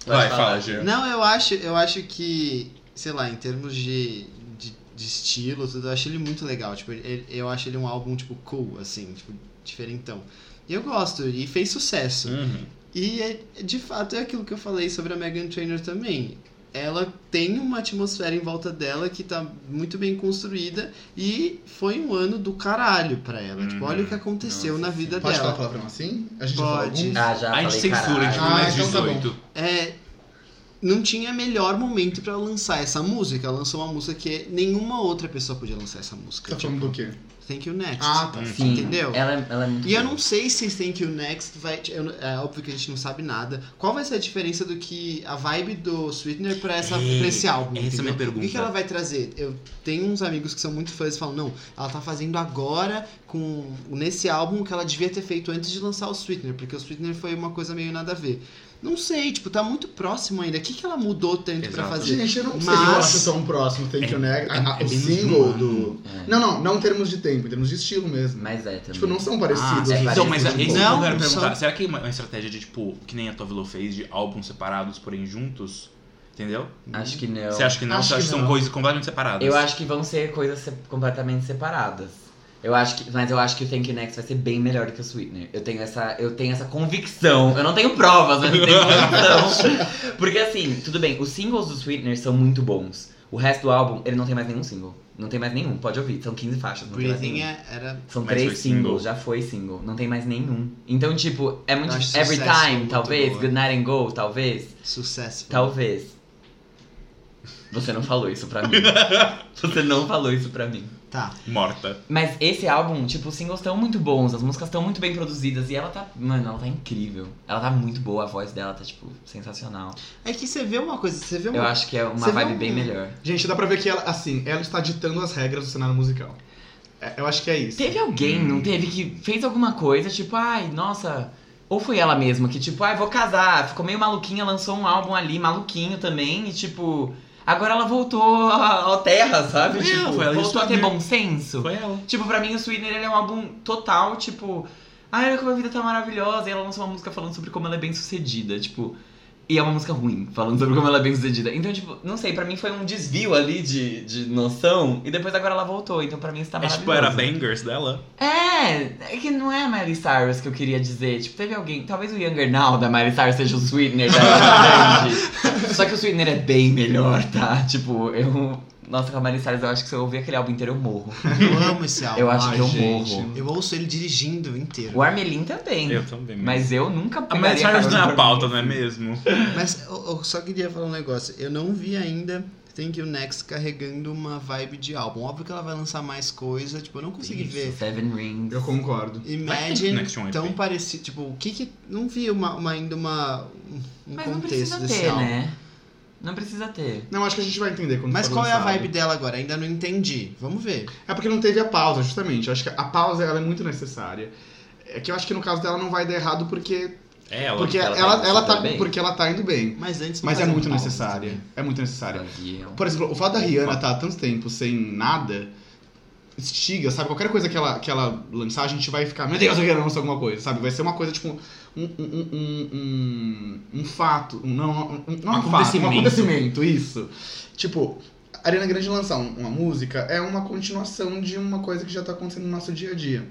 Speaker 4: Vai,
Speaker 2: Pode
Speaker 4: fala,
Speaker 2: falar.
Speaker 4: Jean.
Speaker 1: Não, eu acho, eu acho que, sei lá, em termos de, de, de estilo, tudo, eu acho ele muito legal. Tipo, ele- eu acho ele um álbum, tipo, cool, assim, tipo, diferentão. E eu gosto, e fez sucesso.
Speaker 4: Uhum.
Speaker 1: E é- de fato é aquilo que eu falei sobre a Megan Trainor também. ela tem uma atmosfera em volta dela que tá muito bem construída e foi um ano do caralho pra ela. Tipo,
Speaker 4: Uhum.
Speaker 1: olha o que aconteceu
Speaker 2: Nossa,
Speaker 1: na vida
Speaker 3: Pode falar
Speaker 1: dela.
Speaker 3: palavrão assim? A gente
Speaker 1: Pode.
Speaker 3: já falou
Speaker 2: Ah, já
Speaker 4: a gente
Speaker 2: falei,
Speaker 4: censura, a
Speaker 2: caralho.
Speaker 4: gente não
Speaker 3: Ah,
Speaker 4: é
Speaker 3: então tá bom.
Speaker 4: 18.
Speaker 1: É, não tinha melhor momento pra lançar essa música. Ela lançou uma música que nenhuma outra pessoa podia lançar essa música. Tipo,
Speaker 3: Tá falando do quê?
Speaker 1: Thank You Next.
Speaker 3: Ah, tá.
Speaker 2: Sim,
Speaker 1: Entendeu?
Speaker 2: Ela, é- ela é muito
Speaker 1: E eu
Speaker 2: boa.
Speaker 1: não sei se Thank You Next vai. eu não- é óbvio que a gente não sabe nada. Qual vai ser a diferença do que a vibe do Sweetener pra, essa,
Speaker 4: É,
Speaker 1: pra esse álbum?
Speaker 4: essa é a
Speaker 1: entendeu?
Speaker 4: minha pergunta.
Speaker 1: O que, que ela vai trazer? Eu tenho uns amigos que são muito fãs e falam: não, ela tá fazendo agora com nesse álbum o que ela devia ter feito antes de lançar o Sweetener, porque o Sweetener foi uma coisa meio nada a ver. Não sei, tipo, tá muito próximo ainda. O que, que ela mudou tanto pra
Speaker 4: Exato.
Speaker 1: fazer?
Speaker 3: Gente, eu não sei
Speaker 1: Mas-
Speaker 3: se eu acho tão próximo Thank You Next. a- a-
Speaker 4: é
Speaker 3: o
Speaker 4: bem
Speaker 3: single
Speaker 4: zoado.
Speaker 3: do.
Speaker 2: É.
Speaker 3: Não, não, não em termos de tempo, em termos de estilo mesmo.
Speaker 2: Mas é também.
Speaker 3: Tipo, não são parecidos.
Speaker 2: Ah, é
Speaker 3: os
Speaker 2: parecido.
Speaker 4: Então, mas
Speaker 3: estilos
Speaker 4: esse
Speaker 3: um
Speaker 4: que
Speaker 3: pouco.
Speaker 1: Não,
Speaker 4: eu quero
Speaker 1: não
Speaker 4: perguntar.
Speaker 1: são.
Speaker 4: Será que é uma, uma estratégia de, tipo, que nem a Tovilo fez, de álbuns separados, porém juntos? Entendeu?
Speaker 2: Acho que não.
Speaker 4: Você acha que não?
Speaker 3: Acho
Speaker 4: Você acha
Speaker 3: que
Speaker 4: que são
Speaker 3: não.
Speaker 4: coisas completamente separadas?
Speaker 2: Eu acho que vão ser coisas se- completamente separadas. Eu acho que, mas eu acho que o Thank You Next vai ser bem melhor do que o Sweetener. Eu tenho essa, eu tenho essa convicção. Eu não tenho provas, mas eu tenho
Speaker 4: [laughs]
Speaker 2: convicção. Porque assim, tudo bem, os singles do Sweetener são muito bons. O resto do álbum, ele não tem mais nenhum single. Não tem mais nenhum, pode ouvir. São 15 faixas, não tem mais
Speaker 1: Breathing
Speaker 2: nenhum.
Speaker 1: é- era
Speaker 2: São
Speaker 4: Mas
Speaker 2: três
Speaker 4: foi
Speaker 2: singles,
Speaker 4: single.
Speaker 2: já foi single. Não tem mais nenhum. Então, tipo, é muito
Speaker 1: Eu acho
Speaker 2: difícil. Every
Speaker 1: sucesso,
Speaker 2: Time,
Speaker 1: muito
Speaker 2: talvez.
Speaker 1: boa.
Speaker 2: Good Night and Go, talvez.
Speaker 1: sucesso.
Speaker 4: Tá.
Speaker 2: Talvez. Você não falou isso [laughs] pra mim. Você não falou isso pra mim.
Speaker 1: Tá.
Speaker 4: Morta.
Speaker 2: Mas esse álbum, tipo, os singles estão muito bons, as músicas estão muito bem produzidas e ela tá. Mano, ela tá incrível. Ela tá muito boa, a voz dela tá, tipo, sensacional.
Speaker 1: É que você vê uma coisa, você vê
Speaker 2: Eu
Speaker 1: uma
Speaker 2: acho que é uma
Speaker 1: Você vê
Speaker 2: vibe
Speaker 1: um-
Speaker 2: bem melhor.
Speaker 3: Gente, dá pra ver que ela, assim, ela está ditando as regras do cenário musical. É, eu acho que é isso.
Speaker 2: Teve alguém, não teve, que fez alguma coisa, tipo, ai, nossa. Ou foi ela mesma que, tipo, ai, vou casar, ficou meio maluquinha, lançou um álbum ali, maluquinho também, e tipo. Agora ela voltou à à terra, sabe?
Speaker 4: Não,
Speaker 2: tipo,
Speaker 4: foi ela e o
Speaker 2: voltou a ter
Speaker 4: Sweetener.
Speaker 2: bom senso.
Speaker 4: Foi ela.
Speaker 2: Tipo, pra mim o Sweetener ele é um álbum total, tipo, ai, olha como a vida tá maravilhosa. E ela lançou uma música falando sobre como ela é bem sucedida, tipo. E é uma música ruim, falando sobre como ela é bem sucedida. Então, tipo, não sei, pra mim foi um desvio ali de, de noção. E depois agora ela voltou, então pra mim isso tá
Speaker 4: É
Speaker 2: maravilhoso.
Speaker 4: tipo, era bangers dela.
Speaker 2: É, é que não é a Miley Cyrus que eu queria dizer. Tipo, teve alguém. Talvez o Younger Now da Miley Cyrus seja o Sweetener da
Speaker 4: [laughs]
Speaker 2: Ariana Grande. Só que o Sweetener é bem melhor, tá? Tipo, eu. Nossa, com a Miley Cyrus, eu acho que se eu ouvir aquele álbum inteiro, eu morro.
Speaker 1: Eu amo
Speaker 4: [laughs]
Speaker 1: esse álbum.
Speaker 2: Eu acho
Speaker 3: Ai,
Speaker 2: que eu
Speaker 3: gente.
Speaker 2: morro.
Speaker 1: Eu ouço ele dirigindo inteiro.
Speaker 2: O Armelin também.
Speaker 4: Eu também. né?
Speaker 2: Mas eu nunca
Speaker 4: A Miley
Speaker 2: pegaria
Speaker 4: Cyrus
Speaker 2: carona
Speaker 4: não é
Speaker 2: pra um
Speaker 4: a pauta,
Speaker 2: mim.
Speaker 4: não é mesmo?
Speaker 1: Mas eu, eu só queria falar um negócio. Eu não vi ainda Thank You Next carregando uma vibe de álbum. Óbvio que ela vai lançar mais coisa, tipo, eu não consegui ver.
Speaker 2: Seven Rings.
Speaker 3: Eu concordo.
Speaker 1: Imagine
Speaker 4: Next um EP.
Speaker 1: tão parecido. Tipo, o que que. Não vi uma, uma- ainda uma, um um
Speaker 2: Mas não
Speaker 1: contexto
Speaker 2: precisa
Speaker 1: desse
Speaker 2: ter,
Speaker 1: álbum.
Speaker 2: né? Não precisa ter.
Speaker 3: Não, acho que a gente vai entender quando
Speaker 1: Mas
Speaker 3: for
Speaker 1: qual é a
Speaker 3: lançado.
Speaker 1: vibe dela agora? Ainda não entendi. Vamos ver.
Speaker 3: É porque não teve a pausa, justamente. Eu acho que a pausa ela é muito necessária. É que eu acho que no caso dela não vai dar errado porque
Speaker 4: É ela.
Speaker 3: porque
Speaker 2: ela
Speaker 3: ela,
Speaker 2: tá
Speaker 3: ela,
Speaker 2: indo
Speaker 3: tá,
Speaker 2: super bem.
Speaker 3: porque ela tá indo bem.
Speaker 1: Mas antes não
Speaker 3: Mas é
Speaker 1: fazia
Speaker 3: muito
Speaker 1: pausa,
Speaker 3: necessária.
Speaker 1: né?
Speaker 3: É muito necessária.
Speaker 2: Faziam.
Speaker 3: Por exemplo, o fato da Rihanna estar há tanto tempo sem nada instiga, sabe? Qualquer coisa que ela, que ela lançar, a gente vai ficar, meu Deus, a Rihanna lançou alguma coisa, sabe? Vai ser uma coisa tipo um, um, um, um, um fato, um, não, um, não um fato, um
Speaker 4: Acontecimento.
Speaker 3: acontecimento, isso. Tipo, a Ariana Grande lançar um- uma música é uma continuação de uma coisa que já tá acontecendo no nosso dia a dia.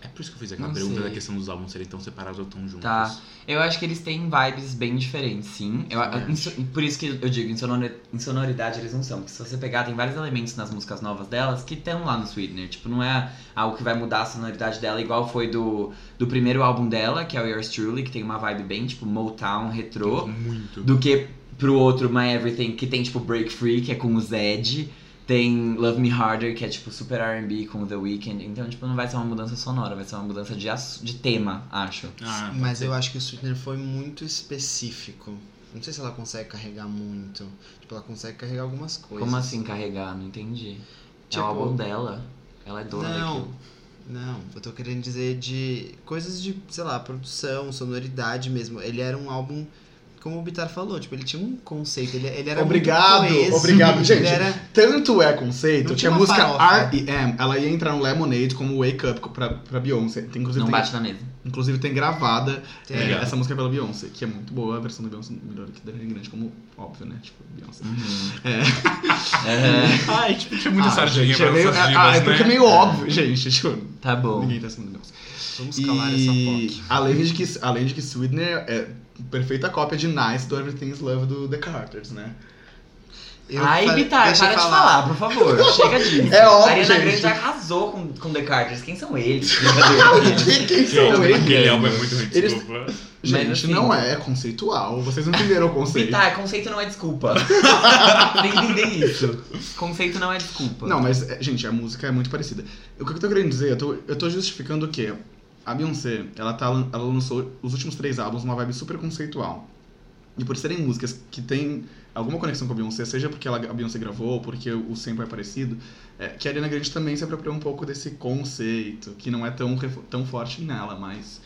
Speaker 4: É por isso que eu fiz aquela
Speaker 2: Não
Speaker 4: pergunta
Speaker 2: sei.
Speaker 4: da questão dos álbuns serem tão separados ou tão juntos.
Speaker 2: Tá. Eu acho que eles têm vibes bem diferentes, sim. Eu-
Speaker 4: Também
Speaker 2: em so- por isso que eu digo, em, sonori- em sonoridade eles não são. Porque se você pegar, tem vários elementos nas músicas novas delas que estão lá no Sweetener. Tipo, não é algo que vai mudar a sonoridade dela, igual foi do, do primeiro álbum dela, que é o Yours Truly, que tem uma vibe bem, tipo, Motown, retrô.
Speaker 4: Muito.
Speaker 2: do que pro outro My Everything, que tem tipo Break Free, que é com o Zed, tem Love Me Harder, que é tipo super RB com o The Weeknd. Então, tipo, não vai ser uma mudança sonora, vai ser uma mudança de, ass- de tema, acho.
Speaker 4: Ah,
Speaker 1: Mas eu acho que o Sweetener foi muito específico. Não sei se ela consegue carregar muito. Tipo, ela consegue carregar algumas coisas.
Speaker 2: Como assim carregar? Não entendi.
Speaker 1: Tipo-
Speaker 2: É o álbum dela. Ela é dona
Speaker 1: Não.
Speaker 2: daquilo.
Speaker 1: Não, eu tô querendo dizer de coisas de, sei lá, produção, sonoridade mesmo. Ele era um álbum, como o Bitar falou, tipo, ele tinha um conceito, ele, ele era muito
Speaker 3: Obrigado,
Speaker 1: coeso,
Speaker 3: obrigado,
Speaker 1: ele
Speaker 3: gente.
Speaker 1: era-
Speaker 3: Tanto é
Speaker 1: Não
Speaker 3: conceito que
Speaker 1: tinha
Speaker 3: a
Speaker 1: uma
Speaker 3: música
Speaker 1: farofa.
Speaker 3: R.E.M., ela ia entrar no Lemonade como Wake Up pra, pra Beyoncé. Tem, inclusive,
Speaker 2: Não
Speaker 3: tem-
Speaker 2: bate na mesa.
Speaker 3: Inclusive tem gravada
Speaker 1: Tem.
Speaker 3: é,
Speaker 4: Legal.
Speaker 3: essa música pela Beyoncé, que é muito boa, a versão da Beyoncé melhor que da Ariana Grande, como óbvio, né? Tipo, Beyoncé.
Speaker 2: [laughs] É,
Speaker 4: Ai, tipo, tinha muita
Speaker 3: Ah,
Speaker 4: sardinha
Speaker 3: gente, é
Speaker 4: pra
Speaker 3: meio,
Speaker 4: essas
Speaker 3: é,
Speaker 4: divas,
Speaker 3: ah, é
Speaker 4: né?
Speaker 3: porque é meio óbvio, gente. Tipo,
Speaker 2: tá bom.
Speaker 3: ninguém tá acima da Beyoncé.
Speaker 1: é, Vamos calar
Speaker 3: E
Speaker 1: essa POC.
Speaker 3: além de que, além de que Sweetener é perfeita cópia de Nice do Everything's Love do The Carters, né?
Speaker 1: Eu
Speaker 2: Ai,
Speaker 1: falei-
Speaker 2: Bitar,
Speaker 1: deixa eu
Speaker 2: para de falar, por favor. Chega disso.
Speaker 3: É óbvio,
Speaker 2: Ariana
Speaker 3: gente.
Speaker 2: Grande arrasou com, com The Carters. Quem são eles? [laughs] Brincadeira.
Speaker 3: Quem, é quem são
Speaker 4: Gente,
Speaker 3: eles?
Speaker 4: aquele álbum é muito ruim,
Speaker 3: Eles-
Speaker 4: desculpa.
Speaker 3: Gente,
Speaker 2: Mas, assim,
Speaker 3: não é, é conceitual. Vocês não entenderam o conceito.
Speaker 2: Bitar, conceito não é
Speaker 3: [laughs]
Speaker 2: desculpa. Tem que entender isso. Conceito não é desculpa.
Speaker 3: Não, mas, é, gente, a música é muito parecida. O que eu tô querendo dizer, eu tô, eu tô justificando o quê? A Beyoncé, ela, tá, lan- ela lançou os últimos três álbuns numa vibe super conceitual. E por serem músicas que têm alguma conexão com a Beyoncé, seja porque ela, a Beyoncé gravou, ou porque o sample é parecido, é, que a Ariana Grande também se apropriou um pouco desse conceito, que não é tão, refo- tão forte nela, mas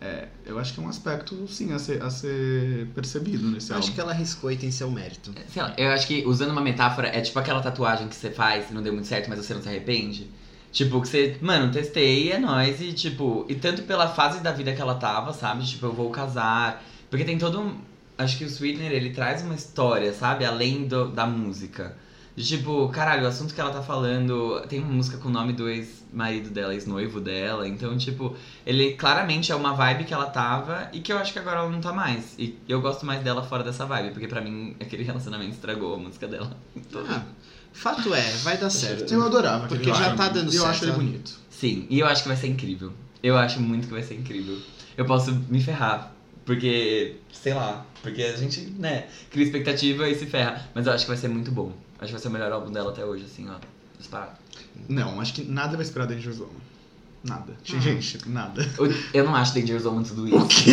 Speaker 3: é, eu acho que é um aspecto, sim, a ser, a ser percebido nesse
Speaker 1: Eu
Speaker 4: então-
Speaker 3: álbum.
Speaker 1: acho que ela arriscou e tem seu mérito.
Speaker 2: Sei lá, eu acho que usando uma metáfora é tipo aquela tatuagem que você faz que não deu muito certo, mas você não se arrepende. Tipo, que você, mano, testei, é nóis, e tipo, e tanto pela fase da vida que ela tava, sabe? Tipo, eu vou casar. Porque tem todo um. Acho que o Sweetener, ele traz uma história, sabe? Além do- da música. De, tipo, caralho, o assunto que ela tá falando. Tem uma música com o nome do ex-marido dela, ex-noivo dela. Então, tipo, ele claramente é uma vibe que ela tava e que eu acho que agora ela não tá mais. E eu gosto mais dela fora dessa vibe, porque pra mim [laughs] aquele relacionamento estragou a música dela.
Speaker 4: Então-
Speaker 1: Ah, fato é, vai dar certo.
Speaker 3: Eu adorava.
Speaker 1: Porque
Speaker 3: aquele
Speaker 1: já
Speaker 3: álbum.
Speaker 1: tá dando
Speaker 3: Eu acho
Speaker 1: certo,
Speaker 3: ele
Speaker 1: né?
Speaker 3: bonito.
Speaker 2: Sim, e eu acho que vai ser incrível. Eu acho muito que vai ser incrível. Eu posso me ferrar, porque, sei lá, porque a gente, né, cria expectativa e se ferra. Mas eu acho que vai ser muito bom. Acho que vai ser o melhor álbum dela até hoje, assim, ó. Disparado.
Speaker 3: Não, acho que nada vai esperar Danger Zone. Nada.
Speaker 2: Ah.
Speaker 3: Gente, nada. [laughs]
Speaker 2: Eu- Eu não acho Danger Zone tudo isso.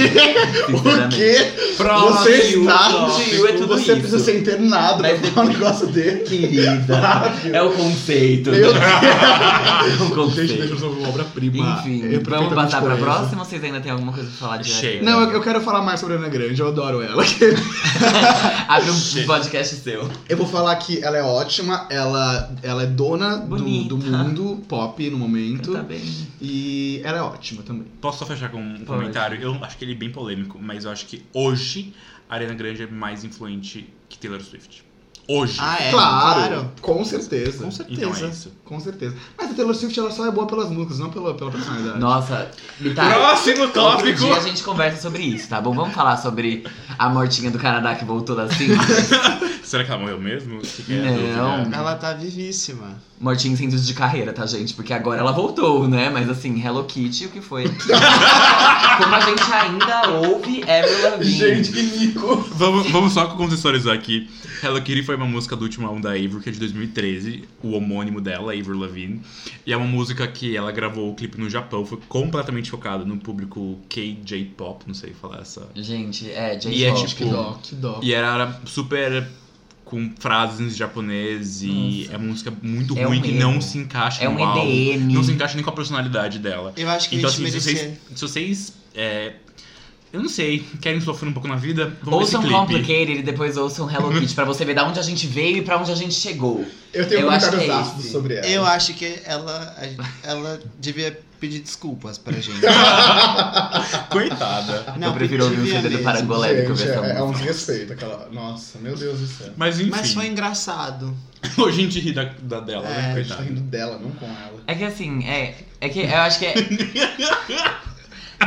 Speaker 3: O
Speaker 2: Sinceramente.
Speaker 3: [laughs] quê?
Speaker 4: Próximo
Speaker 3: Você está.
Speaker 2: tópico, é tudo
Speaker 3: você
Speaker 2: isso.
Speaker 3: precisa ser internado pra
Speaker 2: Mas
Speaker 3: falar um negócio dele.
Speaker 2: Querida. É o conceito. [laughs]
Speaker 3: Meu
Speaker 2: né? É o
Speaker 3: [laughs] Gente,
Speaker 2: conceito.
Speaker 3: Danger Zone é uma obra-prima.
Speaker 2: Enfim,
Speaker 3: É
Speaker 2: vamos
Speaker 3: perfeitamente
Speaker 2: passar pra
Speaker 3: coesa.
Speaker 2: próxima ou vocês ainda têm alguma coisa pra falar de
Speaker 4: Chega.
Speaker 2: Ariana?
Speaker 3: Não, eu, eu quero falar mais sobre a Ana Grande, eu adoro ela. [laughs]
Speaker 2: Abre um podcast seu.
Speaker 3: Eu vou falar que ela é ótima, ela, ela é dona do,
Speaker 2: Bonita.
Speaker 3: do mundo pop no momento.
Speaker 2: Tá bem.
Speaker 3: E ela é ótima também.
Speaker 4: Posso só fechar com um
Speaker 2: Pode.
Speaker 4: comentário? Eu acho que ele é bem polêmico, mas eu acho que hoje a Ariana Grande é mais influente que Taylor Swift. Hoje.
Speaker 1: Ah, é?
Speaker 3: claro, com certeza.
Speaker 1: Com certeza.
Speaker 4: Então é isso.
Speaker 3: Com certeza. Mas a Taylor Swift ela só é boa pelas músicas, não pela, pela personalidade.
Speaker 2: Nossa, e tá.
Speaker 4: Próximo
Speaker 2: Outro
Speaker 4: tópico!
Speaker 2: dia a gente conversa sobre isso, tá bom? Vamos falar sobre a mortinha do Canadá que voltou das cinco.
Speaker 4: [laughs] Será que ela morreu mesmo? O que que é?
Speaker 2: Não.
Speaker 1: Ela tá vivíssima.
Speaker 2: Mortinha em centro de carreira, tá, gente? Porque agora ela voltou, né? Mas assim, Hello Kitty, o que
Speaker 4: [laughs]
Speaker 2: foi? Como a gente ainda ouve Avril Lavigne.
Speaker 3: [laughs] Gente, que mico!
Speaker 4: Vamos, vamos só contextualizar aqui. Hello Kitty foi uma música do último álbum da Avril, que é de 2013, o homônimo dela, Avril Lavigne. E é uma música que ela gravou o clipe no Japão, foi completamente focada no público KJ-pop, não sei falar essa.
Speaker 2: Gente, é, J.
Speaker 4: E é
Speaker 2: Rock.
Speaker 4: tipo-
Speaker 3: Que dó, que dó.
Speaker 4: E era super com frases em japonês e é uma música muito
Speaker 2: É um
Speaker 4: ruim que
Speaker 2: erro.
Speaker 4: não se encaixa
Speaker 2: É um
Speaker 4: no álbum.
Speaker 2: EDM.
Speaker 4: Não se encaixa nem com a personalidade dela.
Speaker 1: Eu acho que
Speaker 4: Então,
Speaker 1: a gente
Speaker 4: assim, se
Speaker 1: merecia.
Speaker 4: vocês, se vocês é, eu não sei, querem sofrer um pouco na vida, vão ver esse
Speaker 2: Ouçam
Speaker 4: clipe.
Speaker 2: um Complicated e depois ouçam Hello Kitty pra você ver da onde a gente veio e pra onde a gente chegou.
Speaker 3: Eu tenho
Speaker 2: Eu acho que
Speaker 3: comentários
Speaker 2: é
Speaker 3: ácidos
Speaker 2: esse.
Speaker 3: sobre [laughs] ela.
Speaker 1: Eu acho que ela, a- ela devia pedir desculpas pra gente.
Speaker 3: [laughs]
Speaker 2: é
Speaker 4: Coitada.
Speaker 1: Não,
Speaker 2: eu prefiro ouvir um
Speaker 1: devia
Speaker 2: CD do
Speaker 1: mesmo.
Speaker 2: Parangolé do que
Speaker 3: Gente,
Speaker 2: ouvir essa
Speaker 3: é, é
Speaker 2: música.
Speaker 3: um desrespeito aquela. Nossa, meu Deus do céu.
Speaker 4: Mas enfim,
Speaker 1: Mas
Speaker 4: [laughs]
Speaker 1: foi engraçado.
Speaker 4: a gente ri da, da dela,
Speaker 1: É,
Speaker 4: né,
Speaker 3: A gente tá
Speaker 4: coitada.
Speaker 3: rindo dela, não com ela.
Speaker 2: É que assim, é. É que eu acho que é.
Speaker 3: [laughs]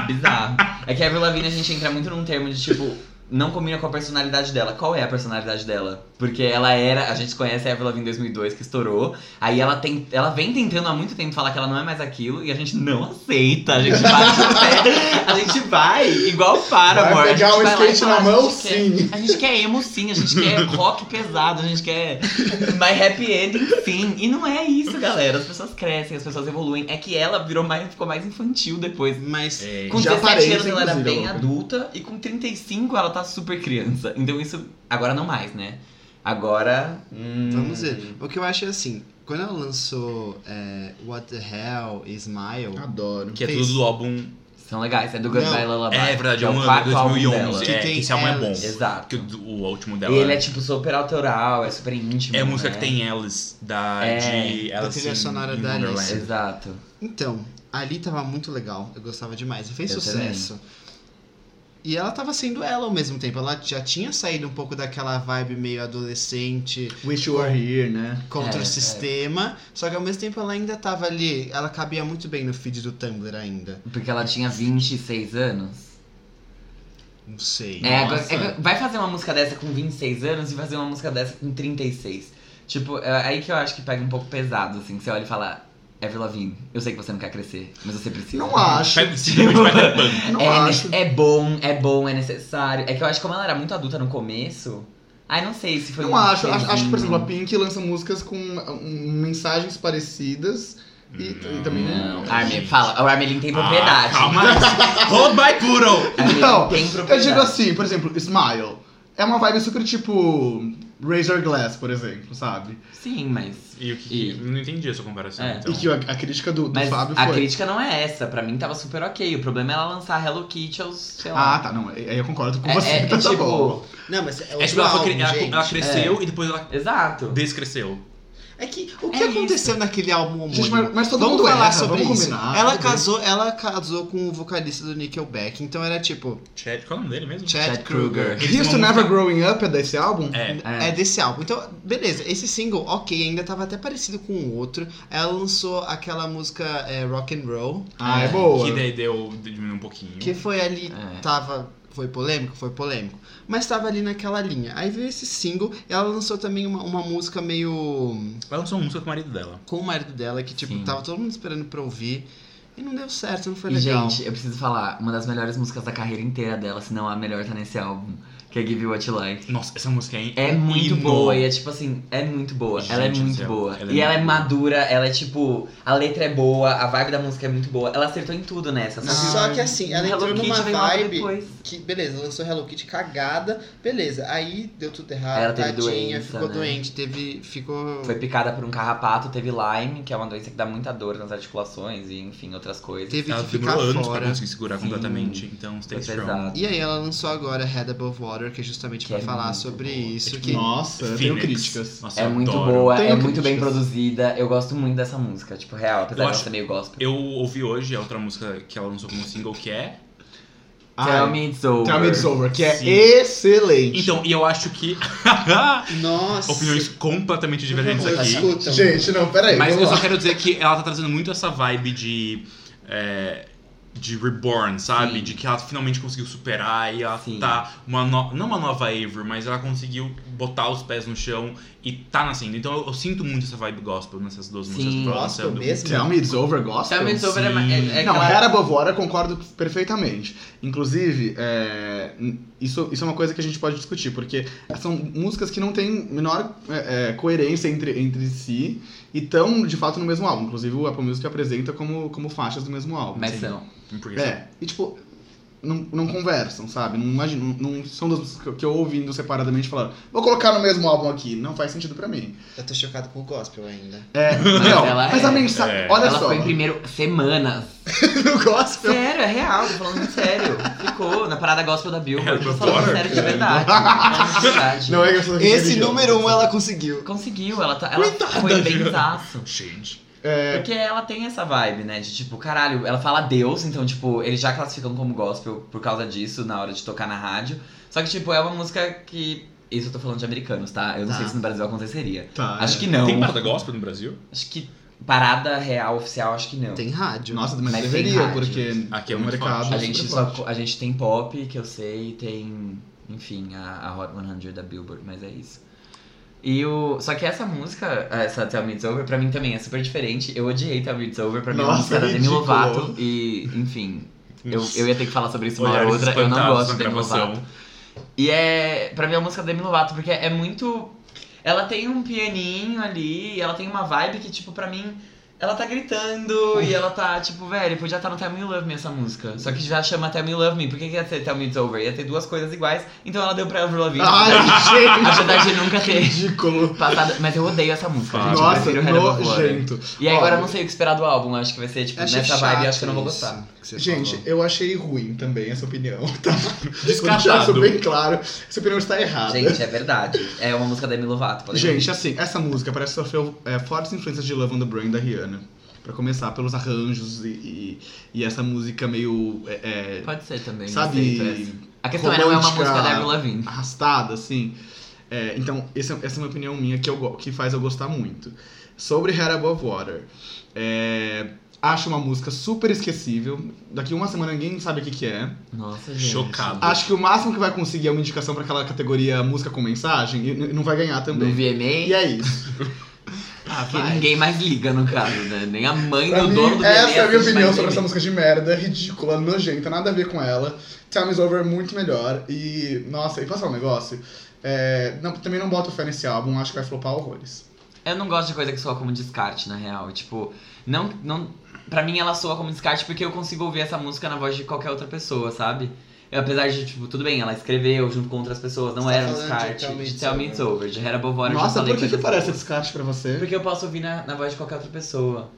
Speaker 2: Bizarro. É que a Avril Lavigne a gente entra muito num termo de tipo. Não combina com a personalidade dela. Qual é a personalidade dela? Porque ela era. A gente conhece a Avril Lavigne em 2002, que estourou. Aí ela, tem, ela vem tentando há muito tempo falar que ela não é mais aquilo. E a gente não aceita. A gente bate no pé. A gente vai igual para,
Speaker 3: Vai
Speaker 2: amor. A
Speaker 3: pegar
Speaker 2: gente
Speaker 3: o
Speaker 2: vai lá e
Speaker 3: skate
Speaker 2: fala,
Speaker 3: na
Speaker 2: "A
Speaker 3: mão,
Speaker 2: gente quer-
Speaker 3: sim."
Speaker 2: a gente quer emo sim, a gente quer rock pesado, a gente quer My Happy Ending sim. E não é isso, galera. As pessoas crescem, as pessoas evoluem. É que ela virou mais, ficou mais infantil depois.
Speaker 1: Mas
Speaker 4: É,
Speaker 2: Com
Speaker 3: De
Speaker 2: 17
Speaker 3: aparência,
Speaker 2: anos ela era
Speaker 3: inclusive,
Speaker 2: bem
Speaker 3: ela-
Speaker 2: adulta e com 35 ela tá super criança. Então isso. Agora não mais, né? Agora. hum,
Speaker 1: vamos ver. O que eu acho é assim: quando ela lançou é, What the Hell e Smile,
Speaker 3: Adoro.
Speaker 4: que é
Speaker 1: fez-
Speaker 4: tudo do álbum.
Speaker 2: São legais. É do Goodbye Lullaby.
Speaker 4: É verdade,
Speaker 2: que
Speaker 4: é
Speaker 2: o
Speaker 4: um ano,
Speaker 2: quarto álbum
Speaker 4: 2011.
Speaker 2: dela.
Speaker 4: É,
Speaker 1: Que
Speaker 4: que
Speaker 1: tem
Speaker 4: esse álbum é bom.
Speaker 1: Alice.
Speaker 2: Exato.
Speaker 4: Porque o, o último
Speaker 2: E
Speaker 4: dela
Speaker 2: ele é tipo super autoral, é super íntimo.
Speaker 4: é a música
Speaker 2: né?
Speaker 4: que tem Alice, da,
Speaker 2: É,
Speaker 4: de
Speaker 1: da
Speaker 4: Alice
Speaker 1: trilha
Speaker 4: in-
Speaker 1: sonora
Speaker 4: in
Speaker 1: da Alice.
Speaker 4: Wonderland.
Speaker 2: Exato.
Speaker 1: Então, ali tava muito legal, eu gostava demais, e fez
Speaker 2: Eu
Speaker 1: sucesso. E ela tava sendo ela ao mesmo tempo, ela já tinha saído um pouco daquela vibe meio adolescente,
Speaker 3: Wish You Were Here, né?
Speaker 1: contra
Speaker 2: É,
Speaker 1: o
Speaker 2: é.
Speaker 1: sistema, só que ao mesmo tempo ela ainda tava ali, ela cabia muito bem no feed do Tumblr ainda.
Speaker 2: Porque ela tinha 26 anos.
Speaker 1: Não sei.
Speaker 2: É,
Speaker 4: Nossa.
Speaker 2: é que vai fazer uma música dessa com 26 anos e fazer uma música dessa com 36. Tipo, é aí que eu acho que pega um pouco pesado, assim, que você olha e fala, Avril Lavigne, eu sei que você não quer crescer, mas você precisa.
Speaker 3: Não acho.
Speaker 4: Pega- Simplesmente vai repando.
Speaker 3: Não
Speaker 2: é, ne-
Speaker 3: acho.
Speaker 2: é bom, é bom, é necessário. É que eu acho que como ela era muito adulta no começo, ai não sei se foi
Speaker 3: Não
Speaker 2: um
Speaker 3: acho. Acho, acho que,
Speaker 2: pezinho.
Speaker 3: por exemplo, a Pink lança músicas com um, mensagens parecidas e, e também. é
Speaker 2: Não,
Speaker 4: gente.
Speaker 2: Armin, fala. O Armelin [laughs] tem propriedade.
Speaker 4: Ah, calma. [laughs] Hold my poodle.
Speaker 2: Armelin
Speaker 3: Não,
Speaker 2: tem
Speaker 3: Eu
Speaker 2: propriedade.
Speaker 3: digo assim, por exemplo, Smile. É uma vibe super tipo Razor Glass, por exemplo, sabe?
Speaker 2: Sim, mas.
Speaker 4: E o que que-
Speaker 2: E-
Speaker 4: Não entendi essa comparação.
Speaker 2: É.
Speaker 4: então.
Speaker 3: E que a, a crítica do, do
Speaker 2: Mas
Speaker 3: Fábio
Speaker 2: a
Speaker 3: foi.
Speaker 2: crítica não é essa. Pra mim tava super ok. O problema é ela lançar Hello Kitty aos, sei lá.
Speaker 3: Ah, tá, não. Aí eu concordo com
Speaker 2: É-
Speaker 3: você.
Speaker 2: é- é
Speaker 3: [laughs] tá
Speaker 2: tipo-
Speaker 3: bom.
Speaker 1: Não, mas é
Speaker 4: É
Speaker 1: outro
Speaker 4: tipo, ela, foi
Speaker 1: álbum,
Speaker 4: cre- ela-
Speaker 1: gente.
Speaker 4: ela
Speaker 2: É.
Speaker 4: cresceu e depois ela
Speaker 2: Exato.
Speaker 4: descresceu.
Speaker 1: É que o
Speaker 2: É
Speaker 1: que
Speaker 2: isso.
Speaker 1: aconteceu naquele álbum
Speaker 2: um
Speaker 1: homônimo?
Speaker 3: Gente, mas, mas todo
Speaker 1: vamos
Speaker 3: mundo
Speaker 1: falar
Speaker 3: erra,
Speaker 1: sobre
Speaker 3: vamos
Speaker 1: isso.
Speaker 3: combinar.
Speaker 1: ela
Speaker 3: tudo bem.
Speaker 1: casou, ela casou com o vocalista do Nickelback, então era tipo
Speaker 4: Chad, qual é o nome dele mesmo?
Speaker 1: Chad,
Speaker 2: Chad
Speaker 1: Kruger.
Speaker 2: Kruger.
Speaker 4: Eles
Speaker 3: Here's
Speaker 4: têm
Speaker 3: to
Speaker 4: uma
Speaker 3: Never
Speaker 4: música-
Speaker 3: Growing Up é desse álbum?
Speaker 4: É.
Speaker 1: É. desse álbum. Então, beleza, esse single, ok, ainda tava até parecido com o outro. Ela lançou aquela música é, Rock and Roll,
Speaker 3: Ah, é,
Speaker 2: É.
Speaker 3: boa.
Speaker 4: Que daí deu diminuiu um pouquinho.
Speaker 1: que foi ali,
Speaker 2: É.
Speaker 1: tava. Foi polêmico? Foi polêmico. Mas tava ali naquela linha. Aí veio esse single, ela lançou também uma, uma música meio.
Speaker 4: Ela lançou uma música com o marido dela.
Speaker 1: com o marido dela, que tipo,
Speaker 2: Sim.
Speaker 1: tava todo mundo esperando pra ouvir. E não deu certo, não foi
Speaker 2: E,
Speaker 1: legal.
Speaker 2: gente, eu preciso falar, uma das melhores músicas da carreira inteira dela, se não a melhor tá nesse álbum, que é Give You What You Like.
Speaker 4: Nossa, essa música é.
Speaker 2: É muito
Speaker 4: ino-
Speaker 2: boa, e é tipo assim, é muito boa.
Speaker 4: Gente
Speaker 2: ela é
Speaker 4: do
Speaker 2: muito
Speaker 4: céu,
Speaker 2: boa.
Speaker 4: ela é
Speaker 2: e ela é
Speaker 4: muito boa.
Speaker 2: madura, ela é tipo, a letra é boa, a vibe da música é muito boa. Ela acertou em tudo nessa, sabe?
Speaker 1: Só que assim, ela
Speaker 2: Hello
Speaker 1: entrou
Speaker 2: Kitty
Speaker 1: numa
Speaker 2: vem logo
Speaker 1: vibe
Speaker 2: depois.
Speaker 1: que, beleza, lançou Hello Kitty cagada, beleza. Aí deu tudo errado,
Speaker 2: Ela teve
Speaker 1: tadinha,
Speaker 2: doença,
Speaker 1: ficou
Speaker 2: né?
Speaker 1: doente, teve. ficou.
Speaker 2: Foi picada por um carrapato, teve Lyme, que é uma doença que dá muita dor nas articulações e enfim, outras coisas.
Speaker 1: teve
Speaker 4: Ela
Speaker 1: que ficar
Speaker 4: demorou anos pra
Speaker 1: fora.
Speaker 4: conseguir segurar
Speaker 2: Sim.
Speaker 4: completamente. Então, stay
Speaker 2: Foi
Speaker 4: strong.
Speaker 2: pesado.
Speaker 1: E aí ela lançou agora Head Above Water, que é justamente
Speaker 2: Que
Speaker 1: pra
Speaker 2: é
Speaker 1: falar
Speaker 2: muito
Speaker 1: sobre
Speaker 2: boa.
Speaker 1: isso.
Speaker 4: É tipo
Speaker 1: que...
Speaker 3: Nossa, eu tenho
Speaker 4: Phoenix.
Speaker 3: críticas.
Speaker 4: Nossa,
Speaker 2: É
Speaker 4: eu
Speaker 2: muito
Speaker 4: adoro.
Speaker 2: boa, é
Speaker 1: um
Speaker 3: Tenho
Speaker 2: muito bem
Speaker 3: críticas.
Speaker 2: produzida. Eu gosto muito dessa música, tipo, real, apesar
Speaker 4: Eu
Speaker 2: de
Speaker 4: acho-
Speaker 2: ela ser meio gospel.
Speaker 4: Eu ouvi hoje a outra música que ela lançou como single, que é.
Speaker 3: Ai,
Speaker 2: Tell Me It's Over.
Speaker 3: Tell Me It's Over, que é
Speaker 4: Sim.
Speaker 3: excelente.
Speaker 4: Então, e eu acho que. [laughs]
Speaker 1: Nossa!
Speaker 4: Opiniões completamente divergentes
Speaker 1: Por favor,
Speaker 4: aqui.
Speaker 2: Então.
Speaker 1: Escutam.
Speaker 3: Gente, não,
Speaker 2: É,
Speaker 3: peraí.
Speaker 4: Mas eu
Speaker 3: vamos
Speaker 4: só
Speaker 3: lá.
Speaker 4: quero dizer que ela tá trazendo muito essa vibe de. é, de Reborn, sabe?
Speaker 2: Sim.
Speaker 4: De que ela finalmente conseguiu superar e ela
Speaker 2: Sim.
Speaker 4: tá uma no- não uma nova Avery, mas ela conseguiu botar os pés no chão e tá nascendo. Então eu, eu sinto muito essa vibe gospel nessas duas
Speaker 2: Sim.
Speaker 4: músicas que ela tá
Speaker 1: Gospel
Speaker 4: lançando.
Speaker 1: mesmo?
Speaker 3: Tell Me It's Over, gosta?
Speaker 2: Tell Me It's Over é, ma-
Speaker 4: Sim.
Speaker 2: é, é
Speaker 3: Não,
Speaker 2: aquela-
Speaker 3: Hera Bovora, concordo perfeitamente. Inclusive, é, n- isso, isso é uma coisa que a gente pode discutir, porque são músicas que não têm menor é, é, coerência entre, entre si e estão, de fato, no mesmo álbum. Inclusive, o Apple Music apresenta como, como faixas do mesmo álbum.
Speaker 2: Mas
Speaker 4: Sim.
Speaker 2: são.
Speaker 4: Porque
Speaker 3: É, e tipo, não, não conversam, sabe? Não, imagino, não, não são das músicas que eu ouvindo separadamente falando, vou colocar no mesmo álbum aqui. Não faz sentido pra mim.
Speaker 1: Eu tô chocado com o gospel ainda.
Speaker 3: É,
Speaker 2: Mas
Speaker 3: não,
Speaker 2: ela
Speaker 3: mas
Speaker 2: é.
Speaker 3: a mensagem.
Speaker 4: É.
Speaker 3: Olha
Speaker 2: ela
Speaker 3: só.
Speaker 2: foi em primeiro semanas.
Speaker 3: [laughs] no gospel.
Speaker 2: Sério, é real, tô falando sério. Ficou na parada gospel da Billboard. Tô
Speaker 4: Harry
Speaker 2: falando
Speaker 4: Potter,
Speaker 2: sério de
Speaker 3: [laughs]
Speaker 2: verdade. Falando de verdade.
Speaker 3: É, Não é que eu sou
Speaker 1: Esse
Speaker 3: religioso.
Speaker 1: número um ela conseguiu.
Speaker 2: Conseguiu, ela, tá, ela
Speaker 4: Coitada,
Speaker 2: foi
Speaker 4: Ju.
Speaker 2: benzaço.
Speaker 4: Gente.
Speaker 3: É,
Speaker 2: Porque ela tem essa vibe, né? De tipo, caralho, ela fala Deus, então, tipo, eles já classificam como gospel por causa disso na hora de tocar na rádio. Só que, tipo, é uma música que. Isso eu tô falando de americanos, tá? Eu não
Speaker 1: Tá.
Speaker 2: sei se no Brasil aconteceria.
Speaker 3: tá,
Speaker 2: Acho
Speaker 3: é.
Speaker 2: que não.
Speaker 4: Tem parada gospel no Brasil?
Speaker 2: Acho que parada real oficial, acho que não.
Speaker 1: Tem rádio.
Speaker 3: Nossa, mas,
Speaker 2: Mas tem
Speaker 3: deveria,
Speaker 2: rádio.
Speaker 3: porque
Speaker 4: Aqui é
Speaker 3: o
Speaker 4: muito
Speaker 3: mercado.
Speaker 4: forte.
Speaker 2: A
Speaker 3: é
Speaker 2: gente,
Speaker 3: super
Speaker 2: só,
Speaker 3: forte.
Speaker 2: a gente tem pop, que eu sei, tem, enfim, a, a Hot 100 da Billboard, mas é isso. E o, só que essa múca, essa Tell Me It's Over, pra mim também é super diferente. Eu odiei Tell Me It's Over, pra mim é uma música
Speaker 3: Nossa,
Speaker 2: da Demi
Speaker 3: ridículo.
Speaker 2: Lovato. E, enfim, eu, eu ia ter que falar sobre isso é uma hora ou
Speaker 4: Olhares
Speaker 2: outra. Eu não
Speaker 4: espantados
Speaker 2: gosto
Speaker 4: na
Speaker 2: de Demi
Speaker 4: gravação.
Speaker 2: Lovato. E é. Pra mim é uma música da Demi Lovato, porque é muito. Ela tem um pianinho ali, ela tem uma vibe que, tipo, pra mim. Ela tá gritando e ela tá, tipo, velho, podia estar no Tell Me You Love Me essa música. Só que já chama Tell Me You Love Me, por que que ia ser Tell Me It's Over? Ia ter duas coisas iguais, então ela deu pra Avril Lavigne. [laughs]
Speaker 3: Ai, gente!
Speaker 2: Apesar de nunca ter
Speaker 3: Ridículo.
Speaker 2: passado. Mas eu odeio essa música, gente. eu
Speaker 3: Nossa,
Speaker 2: prefiro Head Above Water.
Speaker 3: nojento.
Speaker 2: E aí, agora eu
Speaker 3: Olha.
Speaker 2: não sei o que esperar do álbum, acho que vai ser, tipo,
Speaker 1: Achei
Speaker 2: nessa vibe,
Speaker 1: chato
Speaker 2: acho que eu não vou
Speaker 1: isso
Speaker 2: gostar.
Speaker 1: que você
Speaker 3: Gente,
Speaker 1: falou.
Speaker 3: eu achei ruim também essa opinião, [laughs] tá?
Speaker 4: Descartado.
Speaker 3: Deixar isso bem claro. Essa opinião está errada.
Speaker 2: Gente, é verdade. É uma música da Demi Lovato, pode
Speaker 3: Gente, assim, essa música parece que sofreu é, fortes influências de Love on the Brain da Rihanna. Pra começar, pelos arranjos e, e, e essa música meio. é, é,
Speaker 2: Pode ser também. não sei, parece.
Speaker 3: sabe?
Speaker 2: A questão é, não é uma
Speaker 3: romântica.
Speaker 2: música da Avril Lavigne.
Speaker 3: arrastada, assim. É, então, esse é- essa é uma opinião minha que, eu, go- que faz eu gostar muito. Sobre Head Above Water. É, acho uma música super esquecível. Daqui uma semana ninguém sabe o que, que é.
Speaker 2: Nossa, gente.
Speaker 4: Chocado.
Speaker 3: Acho que o máximo que vai conseguir é uma indicação pra aquela categoria música com mensagem e n- não vai ganhar
Speaker 2: No
Speaker 3: também. E
Speaker 2: VMA,
Speaker 3: é isso.
Speaker 1: Ah,
Speaker 2: que
Speaker 1: vai.
Speaker 2: ninguém mais liga, no caso, né? Nem a mãe
Speaker 3: Pra
Speaker 2: do
Speaker 3: mim,
Speaker 2: dono do VMA.
Speaker 3: essa é a minha
Speaker 2: assiste
Speaker 3: opinião
Speaker 2: mais
Speaker 3: sobre essa
Speaker 2: VMA.
Speaker 3: música de merda, É ridícula, nojenta, nada a ver com ela. Time is over é muito melhor. E, nossa, e passar um negócio. é, não- também não boto fé nesse álbum, acho que vai flopar horrores.
Speaker 2: Eu não gosto de coisa que soa como descarte, na real. Tipo, não. não pra mim ela soa como descarte porque eu consigo ouvir essa música na voz de qualquer outra pessoa, sabe? Eu, apesar de, tipo, tudo bem, ela escreveu junto com outras pessoas, não
Speaker 1: Você tá
Speaker 2: era um
Speaker 1: falando de
Speaker 2: descarte.
Speaker 1: Tell Me
Speaker 2: De
Speaker 1: It's
Speaker 2: Tell Me It's Over, de Hera Bovora, eu já
Speaker 3: nossa,
Speaker 2: falei
Speaker 3: por que, que
Speaker 2: coisas
Speaker 3: parece
Speaker 2: boas.
Speaker 3: descarte pra você?
Speaker 2: Porque eu posso ouvir na, na voz de qualquer outra pessoa.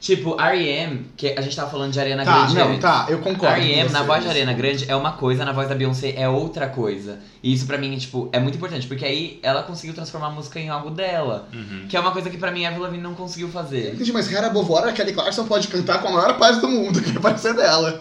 Speaker 2: Tipo, R.E.M., que a gente tava falando de Ariana
Speaker 3: Tá,
Speaker 2: Grande.
Speaker 3: não,
Speaker 2: antes.
Speaker 3: tá, eu concordo. com
Speaker 2: R.E.M. na
Speaker 3: você.
Speaker 2: voz de Ariana Grande é uma coisa, na voz da Beyoncé é outra coisa. E isso pra mim, tipo, é muito importante, porque aí ela conseguiu transformar a música em algo dela.
Speaker 4: Uhum.
Speaker 2: Que é uma coisa que pra mim a Avril Lavigne não conseguiu fazer.
Speaker 3: Entendi, mas Hera Bovora, a Kelly Clarkson pode cantar com a maior paz do mundo, [laughs] que vai ser dela.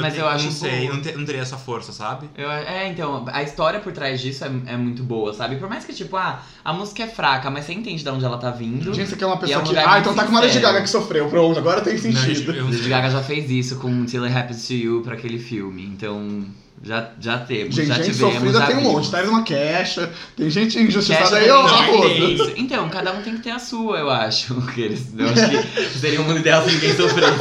Speaker 2: Mas
Speaker 4: te-
Speaker 2: eu acho um
Speaker 4: Não sei,
Speaker 2: boa.
Speaker 4: não, te- não teria essa força, sabe?
Speaker 2: Eu- é, então, a história por trás disso é, é muito boa, sabe? Por mais que, tipo, ah, a música é fraca, mas você entende de onde ela tá vindo.
Speaker 3: Gente, você quer uma
Speaker 2: E é
Speaker 3: pessoa
Speaker 2: um
Speaker 3: que.
Speaker 2: lugar
Speaker 3: Ah,
Speaker 2: muito
Speaker 3: então tá com uma Lady
Speaker 2: sincero.
Speaker 3: Gaga que sofreu, pronto, agora tem
Speaker 4: Não, eu-
Speaker 3: sentido.
Speaker 4: eu não
Speaker 2: Lady
Speaker 4: sei.
Speaker 2: Gaga já fez isso com Till It Happens to You pra aquele filme, então já, já temos,
Speaker 3: Gente,
Speaker 2: já
Speaker 3: gente
Speaker 2: tivemos,
Speaker 3: sofrida
Speaker 2: já
Speaker 3: tem um
Speaker 2: vimos.
Speaker 3: monte, tá eles uma queixa, tem gente
Speaker 2: Cash
Speaker 3: injustiçada aí,
Speaker 2: também
Speaker 3: ó,
Speaker 2: tem, tem
Speaker 3: raposa.
Speaker 2: isso. Então, cada um tem que ter a sua, eu acho. [laughs] Que eles, eu acho que seria um mundo ideal se
Speaker 1: [laughs]
Speaker 2: ninguém sofresse.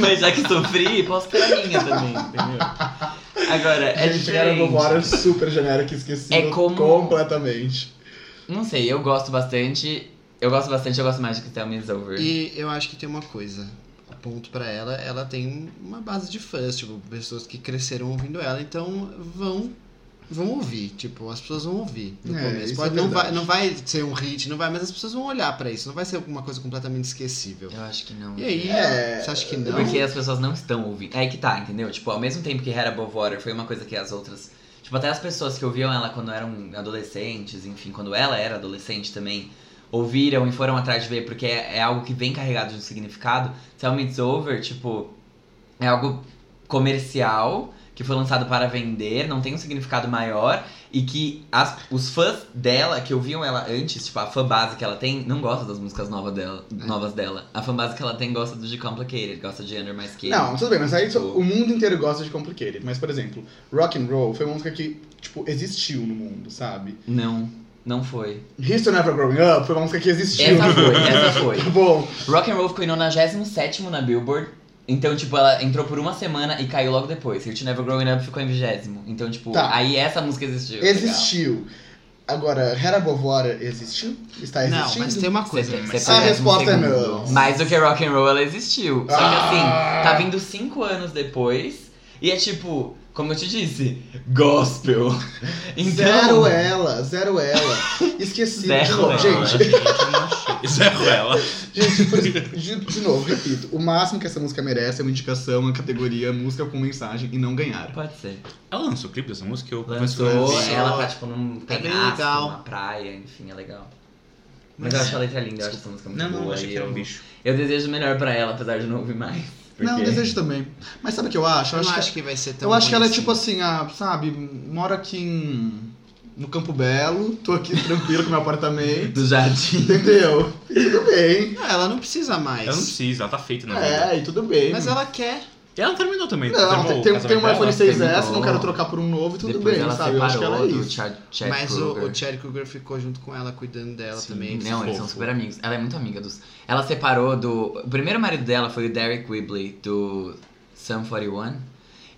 Speaker 2: Mas já que sofri, posso ter a minha também, entendeu? Agora, é
Speaker 3: gente, chegaram no
Speaker 2: diferente.
Speaker 3: Bora super genérico, esquecido
Speaker 2: É como-
Speaker 3: completamente.
Speaker 2: Não sei, eu gosto bastante. Eu gosto bastante, eu gosto mais de que Tell Me It's Over.
Speaker 1: E eu acho que tem uma coisa. Ponto pra ela, ela tem uma base de fãs, tipo, pessoas que cresceram ouvindo ela, então vão vão ouvir, tipo, as pessoas vão ouvir no
Speaker 3: É,
Speaker 1: começo.
Speaker 3: isso
Speaker 1: Pode,
Speaker 3: é
Speaker 1: não, vai,
Speaker 3: verdade.
Speaker 1: não vai ser um hit, não vai, mas as pessoas vão olhar pra isso, não vai ser alguma coisa completamente esquecível.
Speaker 2: Eu acho que não.
Speaker 1: E aí,
Speaker 3: É,
Speaker 1: você acha que não?
Speaker 2: Porque as pessoas não estão ouvindo. É aí que tá, entendeu? Tipo, ao mesmo tempo que Head Above Water foi uma coisa que as outras. Tipo, até as pessoas que ouviam ela quando eram adolescentes, enfim, quando ela era adolescente também, ouviram e foram atrás de ver, porque é, é algo que vem carregado de um significado. Tell Me It's Over, tipo, é algo comercial, que foi lançado para vender, não tem um significado maior, e que as- os fãs dela, que ouviam ela antes, tipo, a fã base que ela tem, não gosta das músicas novas dela.
Speaker 3: É.
Speaker 2: Novas dela. A fã base que ela tem gosta do de Complicated, gosta de Under My Skin.
Speaker 3: Não, tudo bem, mas aí só- o mundo inteiro gosta de Complicated. Mas, por exemplo, Rock and Roll foi uma música que, tipo, existiu no mundo, sabe?
Speaker 2: Não, não foi.
Speaker 3: History Never Growing Up foi uma música que existiu.
Speaker 2: Essa foi,
Speaker 3: [laughs]
Speaker 2: essa foi.
Speaker 3: Tá bom.
Speaker 2: Rock and Roll ficou em 97 na Billboard. Então, tipo, ela entrou por uma semana e caiu logo depois. Here to Never Growing Up ficou em vigésimo. Então, tipo,
Speaker 3: Tá.
Speaker 2: aí essa música existiu. legal.
Speaker 3: Existiu. Agora, Hera Bovora existiu? Está existindo?
Speaker 1: Não, mas tem uma
Speaker 2: Você
Speaker 1: coisa.
Speaker 2: pe-
Speaker 4: mas
Speaker 2: você
Speaker 4: a
Speaker 2: pega um
Speaker 3: resposta é
Speaker 2: segundo.
Speaker 3: não.
Speaker 2: Mais do que rock and roll ela existiu. Só que
Speaker 3: Ah!
Speaker 2: assim, tá vindo cinco anos depois e é tipo, como eu te disse, gospel. Então,
Speaker 3: Zero é. ela, zero ela. Esqueci.
Speaker 2: Zero
Speaker 3: de
Speaker 4: Ah,
Speaker 3: novo,
Speaker 2: ela.
Speaker 3: gente.
Speaker 4: Isso é ela.
Speaker 3: Gente, por- de, de novo, repito, o máximo que essa música merece é uma indicação, uma categoria, música com mensagem e não ganhar.
Speaker 2: pode ser.
Speaker 4: Ela lançou o clipe dessa música? Eu confesso que eu não
Speaker 2: Lançou,
Speaker 4: vi.
Speaker 2: ela tá tipo num
Speaker 1: É bem
Speaker 2: penhasco,
Speaker 1: legal.
Speaker 2: numa praia, enfim, é legal. Mas,
Speaker 1: Mas-
Speaker 2: eu acho a letra linda, eu acho essa música muito
Speaker 4: Não,
Speaker 2: boa.
Speaker 4: não, achei
Speaker 2: e
Speaker 4: que era um
Speaker 2: eu-
Speaker 4: bicho.
Speaker 2: Eu desejo o melhor pra ela, apesar de não ouvir mais.
Speaker 3: Não,
Speaker 2: porque-
Speaker 3: desejo também. Mas sabe o que eu acho?
Speaker 1: Eu
Speaker 3: Eu
Speaker 1: não
Speaker 3: acho,
Speaker 1: acho
Speaker 3: que,
Speaker 1: que vai ser tão
Speaker 3: eu acho
Speaker 1: ruim
Speaker 3: que ela é
Speaker 1: assim.
Speaker 3: tipo assim, ah, sabe, moro aqui em, no Campo Belo, tô aqui tranquilo com meu
Speaker 2: [laughs]
Speaker 3: apartamento.
Speaker 2: Do jardim.
Speaker 3: Entendeu? E tudo bem.
Speaker 1: Ah, ela não precisa mais.
Speaker 4: Ela não precisa, ela tá feita na vida.
Speaker 3: É, e tudo bem.
Speaker 1: Mas ela quer.
Speaker 4: E ela terminou também.
Speaker 3: Não,
Speaker 4: terminou
Speaker 3: tem,
Speaker 4: o
Speaker 3: tem, tem
Speaker 4: casamento
Speaker 3: um iPhone
Speaker 4: dela.
Speaker 3: 6S, não
Speaker 2: terminou.
Speaker 3: quero trocar por um novo e tudo
Speaker 2: Depois
Speaker 3: bem,
Speaker 2: ela tipo,
Speaker 3: sabe? Eu
Speaker 2: separou
Speaker 3: acho que ela é
Speaker 2: do
Speaker 3: isso.
Speaker 2: Chad, Chad
Speaker 1: mas o,
Speaker 2: Kroeger.
Speaker 1: o Chad Kruger ficou junto com ela, cuidando dela
Speaker 4: Sim.
Speaker 1: também.
Speaker 2: Não, né? eles são
Speaker 4: fofo.
Speaker 2: super amigos. Ela é muito amiga dos. Ela separou do. O primeiro marido dela foi o Derek Whibley, do Sum 41.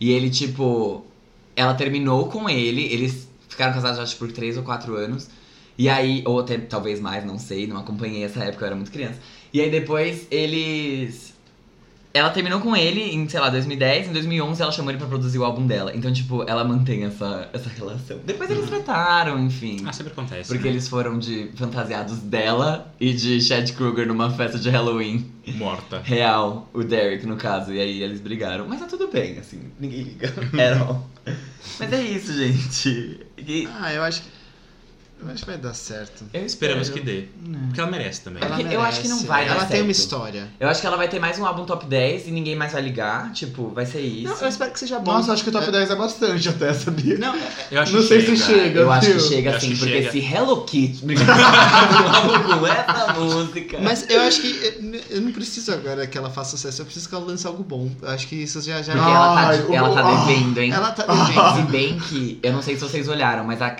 Speaker 2: E ele, tipo. Ela terminou com ele, eles ficaram casados acho por 3 ou 4 anos. E aí, ou até talvez mais, não sei, não acompanhei essa época, eu era muito criança. E aí depois eles. Ela terminou com ele em, sei lá, 2010, em 2011 ela chamou ele pra produzir o álbum dela. Então, tipo, ela mantém essa, essa relação. Depois eles tretaram, enfim.
Speaker 4: Uhum. Ah, sempre acontece.
Speaker 2: Porque eles foram de fantasiados dela e de Chad Kruger numa festa de Halloween.
Speaker 4: eles... Morta.
Speaker 2: Real, o Derek, no caso. E aí eles brigaram. Mas tá tudo bem, assim, ninguém
Speaker 3: [laughs]
Speaker 2: liga. Era all. Mas é isso, gente. E-
Speaker 1: Ah, eu acho que. Eu acho que vai dar certo.
Speaker 2: Eu
Speaker 4: Esperamos que
Speaker 2: espero.
Speaker 4: dê. Porque ela merece também. né?
Speaker 2: É
Speaker 1: Ela
Speaker 2: que eu acho que não
Speaker 1: merece.
Speaker 2: vai dar
Speaker 1: Ela tem
Speaker 2: certo.
Speaker 1: uma história.
Speaker 2: Eu acho que ela vai ter mais um álbum top 10 e ninguém mais vai ligar. Tipo, vai ser
Speaker 1: Não,
Speaker 2: isso.
Speaker 1: eu espero que seja bom.
Speaker 3: Nossa, acho que o top 10 é bastante até, sabia?
Speaker 2: Não,
Speaker 4: Eu acho
Speaker 3: não
Speaker 4: que
Speaker 3: sei se chega.
Speaker 2: eu acho que
Speaker 3: viu?
Speaker 2: chega
Speaker 4: Eu acho
Speaker 2: assim,
Speaker 4: que
Speaker 2: porque
Speaker 4: chega.
Speaker 2: se Hello [laughs] Kitty um álbum com essa música.
Speaker 1: [laughs] Mas eu acho que eu- eu não preciso agora que ela faça sucesso, eu preciso que ela lance algo bom. Eu acho que isso já. já...
Speaker 2: Porque ela tá,
Speaker 3: Ai, o-
Speaker 2: ela tá
Speaker 3: ah,
Speaker 2: devendo, hein?
Speaker 1: Ela tá devendo.
Speaker 2: Se bem que, eu não sei se vocês olharam, mas a.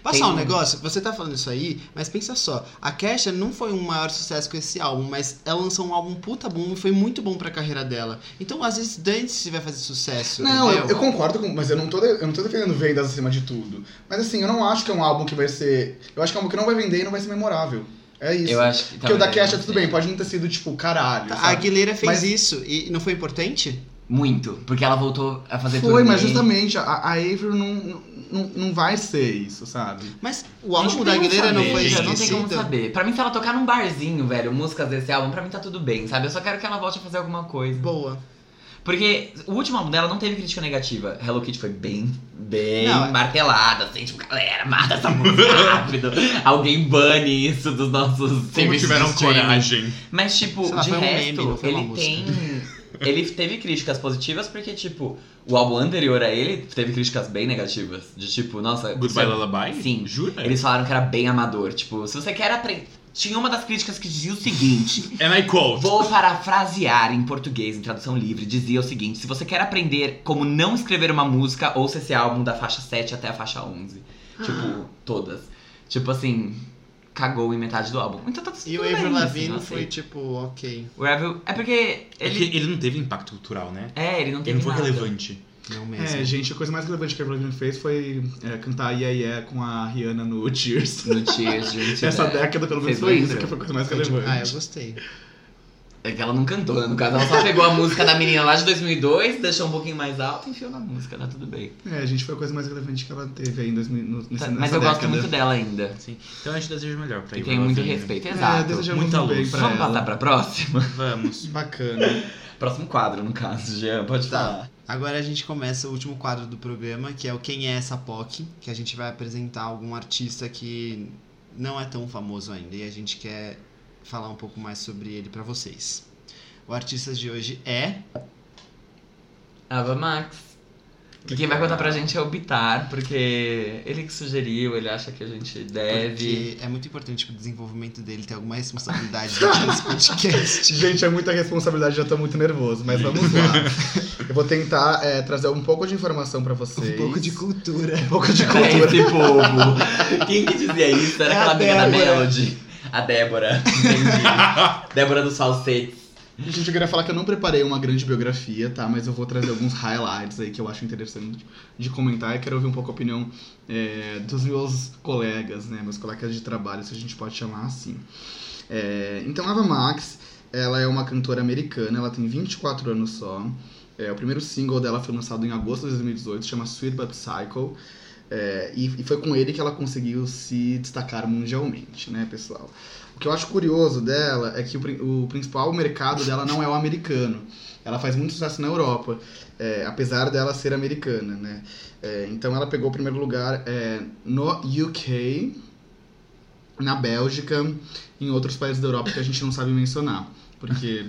Speaker 1: Passar
Speaker 2: Tem-
Speaker 1: um negócio, você tá falando isso aí, mas pensa só, a Kesha não foi um maior sucesso com esse álbum, mas ela lançou um álbum puta bom e foi muito bom pra carreira dela. Então, às vezes, dane-se se vai fazer sucesso.
Speaker 3: Não, eu,
Speaker 1: entendeu?
Speaker 3: eu concordo com. Mas eu não, tô, de- eu não tô defendendo vendas acima de tudo. Mas assim, eu não acho que é um álbum que vai ser. Eu acho que é um álbum que não vai vender e não vai ser memorável. É isso.
Speaker 2: Eu acho que.
Speaker 3: Porque o da
Speaker 2: também,
Speaker 3: Cash, é
Speaker 2: não
Speaker 3: tudo
Speaker 2: sei.
Speaker 3: bem, pode não ter sido tipo caralho.
Speaker 1: Tá, A
Speaker 3: sabe?
Speaker 1: Aguilera fez
Speaker 3: Mas-
Speaker 1: isso e não foi importante?
Speaker 2: Muito, porque ela voltou a fazer
Speaker 3: Foi,
Speaker 2: turnê.
Speaker 3: mas justamente a, a Avril não, não, não vai ser isso, sabe?
Speaker 1: Mas o
Speaker 2: A gente
Speaker 1: álbum
Speaker 2: tem
Speaker 1: da
Speaker 2: como
Speaker 1: Aguilera não
Speaker 2: saber,
Speaker 1: foi
Speaker 2: gente,
Speaker 1: esquecido.
Speaker 2: Não tem como saber. Pra mim, se ela tocar num barzinho, velho, músicas desse álbum, pra mim tá tudo bem, sabe? Eu só quero que ela volte a fazer alguma coisa.
Speaker 1: Boa.
Speaker 2: Porque o último álbum dela não teve crítica negativa. Hello Kitty foi bem, bem
Speaker 1: Não, é-
Speaker 2: martelada. Assim, tipo, galera, mata essa música [laughs] rápido. Alguém bane isso dos nossos
Speaker 4: Como
Speaker 2: serviços de
Speaker 4: tiveram
Speaker 2: streaming.
Speaker 4: coragem.
Speaker 2: Mas, tipo,
Speaker 1: Sei lá,
Speaker 2: de
Speaker 1: foi um
Speaker 2: resto,
Speaker 1: meme, não foi uma
Speaker 2: ele tem. Ele teve críticas positivas porque, tipo, o álbum anterior a ele teve críticas bem negativas. De tipo, nossa.
Speaker 4: Goodbye Lullaby?
Speaker 2: Sim.
Speaker 4: Jura?
Speaker 2: Eles falaram que era bem amador. Tipo, se você quer aprender. Tinha uma das críticas que dizia o seguinte.
Speaker 4: [laughs] And I É quote.
Speaker 2: Vou parafrasear em português, em tradução livre, dizia o seguinte: se você quer aprender como não escrever uma música, ouça esse álbum da faixa 7 até a faixa 11. Tipo, todas. Tipo assim, cagou em metade do álbum. Então tá tudo
Speaker 1: E o
Speaker 2: bem,
Speaker 1: Avril
Speaker 2: assim,
Speaker 1: Lavigne
Speaker 2: eu
Speaker 1: foi
Speaker 2: aceito.
Speaker 1: tipo, ok,
Speaker 2: O Avril. É porque
Speaker 4: É
Speaker 2: ele.
Speaker 4: que ele não teve impacto cultural, né?
Speaker 2: É, ele não
Speaker 4: Ele
Speaker 2: teve
Speaker 4: não foi
Speaker 2: nada.
Speaker 4: relevante.
Speaker 1: não mesmo.
Speaker 3: É, gente, a coisa mais relevante que a Avril Lavigne fez foi é, cantar Yeah Yeah com a Rihanna no
Speaker 2: [laughs]
Speaker 3: Tears.
Speaker 2: No Tears, gente.
Speaker 3: Essa
Speaker 2: né?
Speaker 3: década, pelo
Speaker 2: Vocês
Speaker 3: menos, foi isso
Speaker 2: lembram?
Speaker 3: que foi a coisa mais
Speaker 1: Foi tipo, ah, eu
Speaker 3: relevante.
Speaker 1: gostei.
Speaker 2: É que ela não cantou, né? No caso, ela só pegou a música da menina lá de 2002, deixou um pouquinho mais alto e enfiou na música, tá tudo bem.
Speaker 3: É, gente, foi a coisa mais relevante que ela teve aí em 2000, no, nesse,
Speaker 2: Tá,
Speaker 3: nessa
Speaker 2: mas eu
Speaker 3: década.
Speaker 2: gosto muito dela ainda.
Speaker 4: Então a gente deseja o melhor pra
Speaker 2: E
Speaker 4: ele.
Speaker 2: tenho muito respeito,
Speaker 3: É,
Speaker 2: exato.
Speaker 3: desejamos
Speaker 4: Muita
Speaker 3: muito bem
Speaker 4: luz.
Speaker 3: pra
Speaker 2: Vamos
Speaker 3: ela.
Speaker 2: passar pra próxima? [laughs]
Speaker 4: Vamos.
Speaker 3: Bacana.
Speaker 2: Próximo quadro, no caso, Jean, pode falar.
Speaker 1: Tá, agora a gente começa o último quadro do programa, que é o Quem é essa POC, que a gente vai apresentar algum artista que não é tão famoso ainda e a gente quer falar um pouco mais sobre ele pra vocês. O artista de hoje é.
Speaker 2: Ava Max. E quem vai contar pra gente é o Bitar, porque ele que sugeriu, ele acha que a gente deve.
Speaker 1: Porque é muito importante pro desenvolvimento dele ter alguma responsabilidade dentro
Speaker 3: [laughs]
Speaker 1: desse podcast.
Speaker 3: Gente, é muita responsabilidade, já tô muito nervoso, mas vamos lá. Eu vou tentar é, trazer um pouco de informação pra vocês.
Speaker 1: Um pouco de cultura.
Speaker 3: Um pouco de
Speaker 2: Pra
Speaker 3: cultura.
Speaker 2: esse povo. É, tipo, Quem que dizia isso? Era
Speaker 1: É
Speaker 2: aquela
Speaker 1: a
Speaker 2: amiga da
Speaker 1: Débora.
Speaker 2: Melody. A Débora. [laughs] Entendi. Débora dos falsetes.
Speaker 3: Gente, eu queria falar que eu não preparei uma grande biografia, tá? Mas eu vou trazer alguns highlights aí que eu acho interessante de comentar e quero ouvir um pouco a opinião é, dos meus colegas, né? Meus colegas de trabalho, se a gente pode chamar assim. É, então, Ava Max, ela é uma cantora americana, ela tem 24 anos só. É, o primeiro single dela foi lançado em agosto de 2018, chama Sweet But Psycho. É, e, e foi com ele que ela conseguiu se destacar mundialmente, né, pessoal? O que eu acho curioso dela é que o, pri- o principal mercado dela não é o americano. Ela faz muito sucesso na Europa, é, apesar dela ser americana, né? É, então ela pegou o primeiro lugar é, no UK, na Bélgica, em outros países da Europa que a gente não sabe mencionar.
Speaker 1: [laughs]
Speaker 3: Porque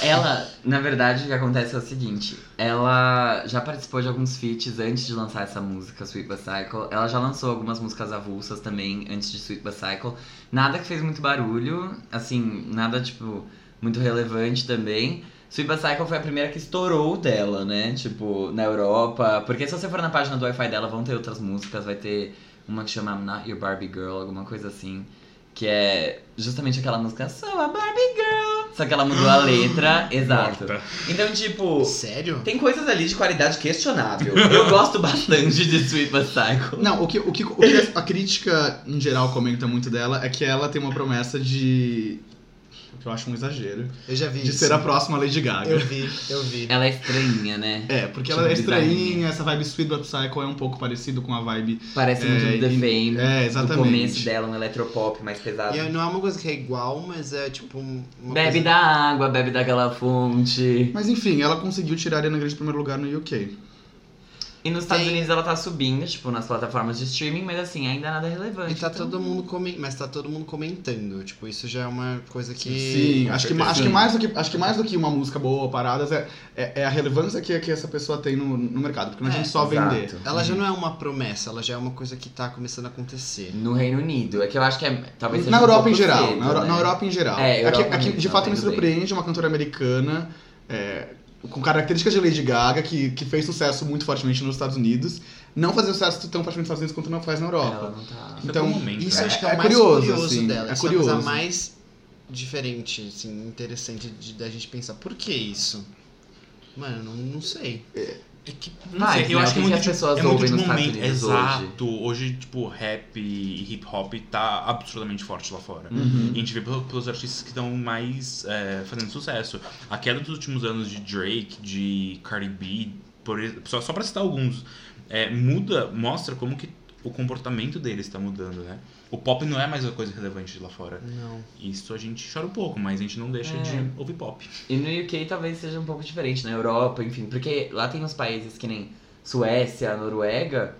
Speaker 2: Ela, na verdade, o que acontece é o seguinte: ela já participou de alguns feats antes de lançar essa música, Sweet But Cycle. Ela já lançou algumas músicas avulsas também antes de Sweet But Cycle. Nada que fez muito barulho, assim, nada tipo muito relevante também. Sweet But Cycle foi a primeira que estourou dela, né? Tipo, na Europa. Porque se você for na página do Wi-Fi dela, vão ter outras músicas, vai ter uma que chama I'm Not Your Barbie Girl, alguma coisa assim. Que é justamente aquela música So a Barbie Girl. Só que ela mudou a
Speaker 3: [gasps]
Speaker 2: letra, exato.
Speaker 4: Morta.
Speaker 2: Então, tipo,
Speaker 1: Sério?
Speaker 2: tem coisas ali de qualidade questionável. Eu gosto bastante de Sweet But Psycho.
Speaker 3: Não, o que, o que, o que a crítica em geral comenta muito dela é que ela tem uma promessa de. o que eu acho um exagero.
Speaker 1: Eu já vi
Speaker 3: De
Speaker 1: isso.
Speaker 3: ser a próxima Lady Gaga.
Speaker 1: Eu vi, eu vi.
Speaker 2: Ela é estranhinha, né?
Speaker 3: É, porque
Speaker 2: Tipo,
Speaker 3: ela é
Speaker 2: bizarrinha.
Speaker 3: estranha, essa vibe Sweet But Psycho é um pouco parecido com a vibe.
Speaker 2: Parece muito um
Speaker 3: É,
Speaker 2: The
Speaker 3: e-
Speaker 2: Fame.
Speaker 3: É,
Speaker 2: O
Speaker 3: exatamente.
Speaker 2: começo dela, um eletropop mais pesado.
Speaker 1: E não é uma coisa que é igual, mas é tipo um- uma
Speaker 2: Bebe
Speaker 1: coisa...
Speaker 2: da água, bebe daquela fonte.
Speaker 3: Mas enfim, ela conseguiu tirar a Ariana Grande em primeiro lugar no UK.
Speaker 2: E nos Estados
Speaker 1: Tem-
Speaker 2: Unidos ela tá subindo, tipo, nas plataformas de streaming, mas assim, ainda nada relevante.
Speaker 1: E tá
Speaker 2: então-
Speaker 1: todo mundo comen... Mas tá todo mundo comentando. Tipo, isso já é uma coisa que.
Speaker 3: Sim,
Speaker 4: com
Speaker 3: acho que,
Speaker 4: certeza.
Speaker 3: acho, que mais do que, acho que mais do que uma música boa, paradas, é, é, é a relevância que, que essa pessoa tem no, no mercado. Porque não
Speaker 1: É,
Speaker 3: adianta só
Speaker 2: Exato.
Speaker 3: vender.
Speaker 1: Ela já não é uma promessa, ela já é uma coisa que tá começando a acontecer.
Speaker 2: No Reino Unido. É que eu acho que é. Talvez seja
Speaker 3: na
Speaker 2: um
Speaker 3: Europa
Speaker 2: pouco
Speaker 3: em geral.
Speaker 2: cedo,
Speaker 3: na, Euro-
Speaker 2: né?
Speaker 3: na Europa em geral.
Speaker 2: É,
Speaker 3: aqui,
Speaker 2: Europa
Speaker 3: aqui,
Speaker 2: mesmo,
Speaker 3: de fato me
Speaker 2: talvez,
Speaker 3: surpreende uma cantora americana é, com características de Lady Gaga que, que fez sucesso muito fortemente nos Estados Unidos, não fazer sucesso tão fortemente nos Estados Unidos quanto não faz na
Speaker 2: Ela
Speaker 3: Europa.
Speaker 2: não tá.
Speaker 3: Então,
Speaker 4: Foi um momento,
Speaker 1: Isso
Speaker 4: né?
Speaker 1: eu acho que é,
Speaker 3: É
Speaker 1: o mais
Speaker 3: curioso,
Speaker 1: curioso,
Speaker 3: assim,
Speaker 1: dela. isso
Speaker 3: é
Speaker 1: é a
Speaker 3: curioso.
Speaker 1: coisa mais diferente, assim, interessante de, da gente pensar. Por que isso? Mano, eu não, não sei.
Speaker 4: É que, não
Speaker 2: Mas,
Speaker 4: sei, eu
Speaker 2: né,
Speaker 4: acho
Speaker 2: o
Speaker 4: que,
Speaker 2: que
Speaker 4: é muito
Speaker 2: que as
Speaker 4: de-
Speaker 2: pessoas
Speaker 4: é muito
Speaker 2: ouvem
Speaker 4: de
Speaker 2: nos Estados
Speaker 4: momento.
Speaker 2: Unidos hoje?
Speaker 4: Exato. Hoje. tipo, rap e hip hop tá absurdamente forte lá fora.
Speaker 3: Uhum.
Speaker 4: E a gente vê pelo- pelos artistas que estão mais é, fazendo sucesso. A queda dos últimos anos de Drake, de Cardi B, por ex- só, só pra citar alguns, é, muda, mostra como que o comportamento deles tá mudando, né? O pop não é mais uma coisa relevante lá fora.
Speaker 1: Não.
Speaker 4: Isso a gente chora um pouco, mas a gente não deixa
Speaker 2: É.
Speaker 4: de ouvir pop.
Speaker 2: E no UK talvez seja um pouco diferente, na Europa, enfim, porque lá tem uns países que nem Suécia, Noruega,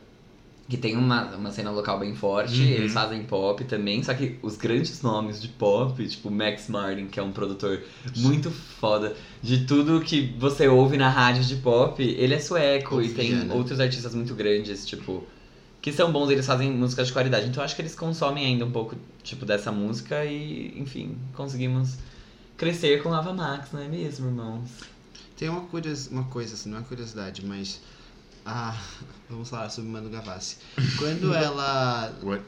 Speaker 2: que tem uma, uma cena local bem forte,
Speaker 4: Uhum.
Speaker 2: eles fazem pop também, só que os grandes nomes de pop, tipo Max Martin, que é um produtor muito foda, de tudo que você ouve na rádio de pop, ele é sueco e tem
Speaker 1: Confiana.
Speaker 2: outros artistas muito grandes, tipo, que são bons, eles fazem música de qualidade. Então eu acho que eles consomem ainda um pouco, tipo, dessa música e, enfim, conseguimos crescer com Lava Max, não é mesmo, irmãos?
Speaker 1: Tem uma, curios... uma coisa, assim, não é curiosidade, mas. Ah, [laughs] vamos falar sobre Manu Gavassi.
Speaker 2: [laughs]
Speaker 1: Quando ela
Speaker 4: What?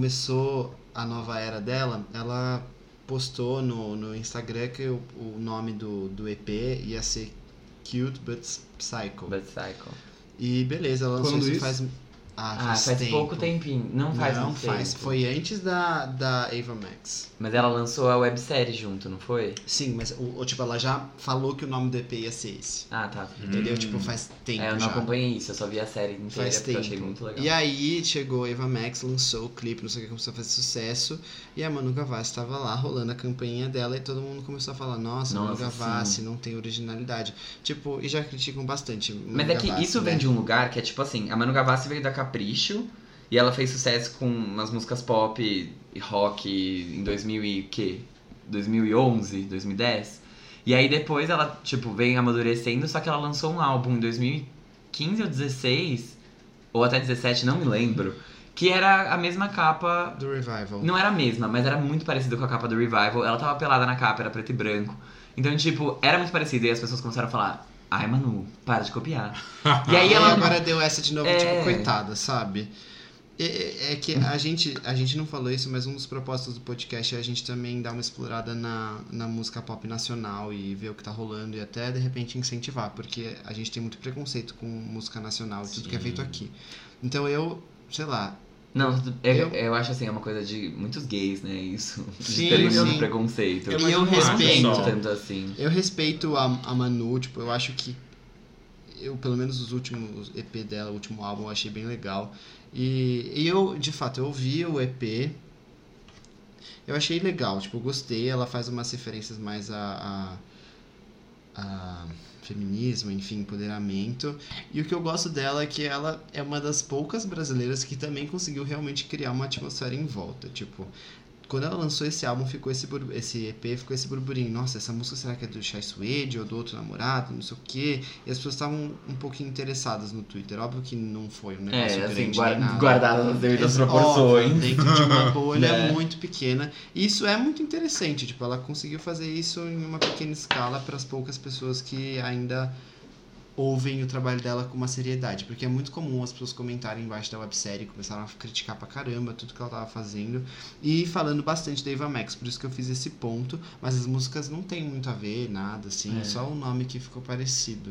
Speaker 1: começou a nova era dela, ela postou no, no Instagram que o, o nome do, do EP ia ser Cute But Psycho.
Speaker 2: Bad Cycle.
Speaker 1: E beleza, ela lançou
Speaker 3: Quando
Speaker 1: isso
Speaker 3: isso?
Speaker 1: faz. Ah,
Speaker 2: Ah, faz pouco tempinho. Não faz
Speaker 1: Não,
Speaker 2: muito
Speaker 1: faz.
Speaker 2: tempo.
Speaker 1: Foi antes da, da Ava Max.
Speaker 2: Mas ela lançou a websérie junto, não foi?
Speaker 1: Sim, mas o, o- tipo, ela já falou que o nome do EP ia ser esse.
Speaker 2: Ah, tá.
Speaker 1: Entendeu?
Speaker 4: Hum.
Speaker 1: Tipo, faz tempo
Speaker 2: é, eu não
Speaker 1: já.
Speaker 2: acompanhei isso, eu só vi a série inteira
Speaker 1: Faz
Speaker 2: porque eu achei
Speaker 1: tempo.
Speaker 2: muito legal.
Speaker 1: E aí chegou a Eva Max, lançou o clipe, não sei o que, começou a fazer sucesso. E a Manu Gavassi tava lá rolando a campainha dela e todo mundo começou a falar: Nossa, Manu
Speaker 2: Nossa,
Speaker 1: Gavassi não tem originalidade. Tipo, e já criticam bastante. Manu
Speaker 2: Mas é que
Speaker 1: Gavassi,
Speaker 2: isso
Speaker 1: né?
Speaker 2: vem de um lugar que é tipo assim, a Manu Gavassi veio da Capricho e ela fez sucesso com umas músicas pop e rock em 2000 e quê? 2011, 2010. E aí depois ela, tipo, vem amadurecendo, só que ela lançou um álbum em 2015 ou 16 ou até 17, não me lembro, que era a mesma capa
Speaker 1: Do Revival.
Speaker 2: não era a mesma, mas era muito parecida com a capa do Revival. Ela tava pelada na capa, era preto e branco. Então, tipo, era muito parecida e as pessoas começaram a falar: Ai, Manu, para de copiar. e aí
Speaker 1: Ah, E
Speaker 4: [laughs]
Speaker 2: ela.
Speaker 1: agora deu essa de novo,
Speaker 2: É.
Speaker 1: tipo, coitada, sabe? E- É, é que a gente, a gente não falou isso, mas um dos propósitos do podcast é a gente também dar uma explorada na, na música pop nacional e ver o que tá rolando e até de repente incentivar, porque a gente tem muito preconceito com música nacional e tudo que é feito aqui. Então eu, sei lá,
Speaker 2: Não, eu,
Speaker 1: Eu-
Speaker 2: eu acho assim, é uma coisa de muitos gays, né? Isso. De
Speaker 1: Sim,
Speaker 2: terem
Speaker 1: eu-
Speaker 2: muito preconceito. é
Speaker 4: Eu-
Speaker 1: e
Speaker 4: mas
Speaker 1: eu
Speaker 4: não acho
Speaker 1: respeito.
Speaker 4: só.
Speaker 2: tanto
Speaker 4: [laughs]
Speaker 2: assim.
Speaker 1: Eu respeito a, a Manu, tipo, eu acho que eu, pelo menos os últimos EP dela, o último álbum, eu achei bem legal. E, e eu, de fato, eu ouvi o EP. Eu achei legal, tipo, eu gostei, ela faz umas referências mais a, a, a feminismo, enfim, empoderamento. E o que eu gosto dela é que ela é uma das poucas brasileiras que também conseguiu realmente criar uma atmosfera em volta, tipo, quando ela lançou esse álbum, ficou esse, bur- esse EP, ficou esse burburinho. Nossa, essa música será que é do Chai Suede ou do outro namorado, não sei o quê. E as pessoas estavam um pouquinho interessadas no Twitter. Óbvio que não foi um negócio
Speaker 2: É, assim,
Speaker 1: grande
Speaker 2: guar-
Speaker 1: nem nada.
Speaker 2: guardadas as
Speaker 1: Ex-
Speaker 2: devidas proporções.
Speaker 1: óbvio, dentro de uma bolha
Speaker 2: [laughs] Né?
Speaker 1: muito pequena. E isso é muito interessante, tipo, ela conseguiu fazer isso em uma pequena escala para as poucas pessoas que ainda ouvem o trabalho dela com uma seriedade, porque é muito comum as pessoas comentarem embaixo da websérie, começaram a criticar pra caramba tudo que ela tava fazendo e falando bastante da Eva Max, por isso que eu fiz esse ponto, mas as músicas não tem muito a ver, nada assim,
Speaker 2: É.
Speaker 1: só o nome que ficou parecido.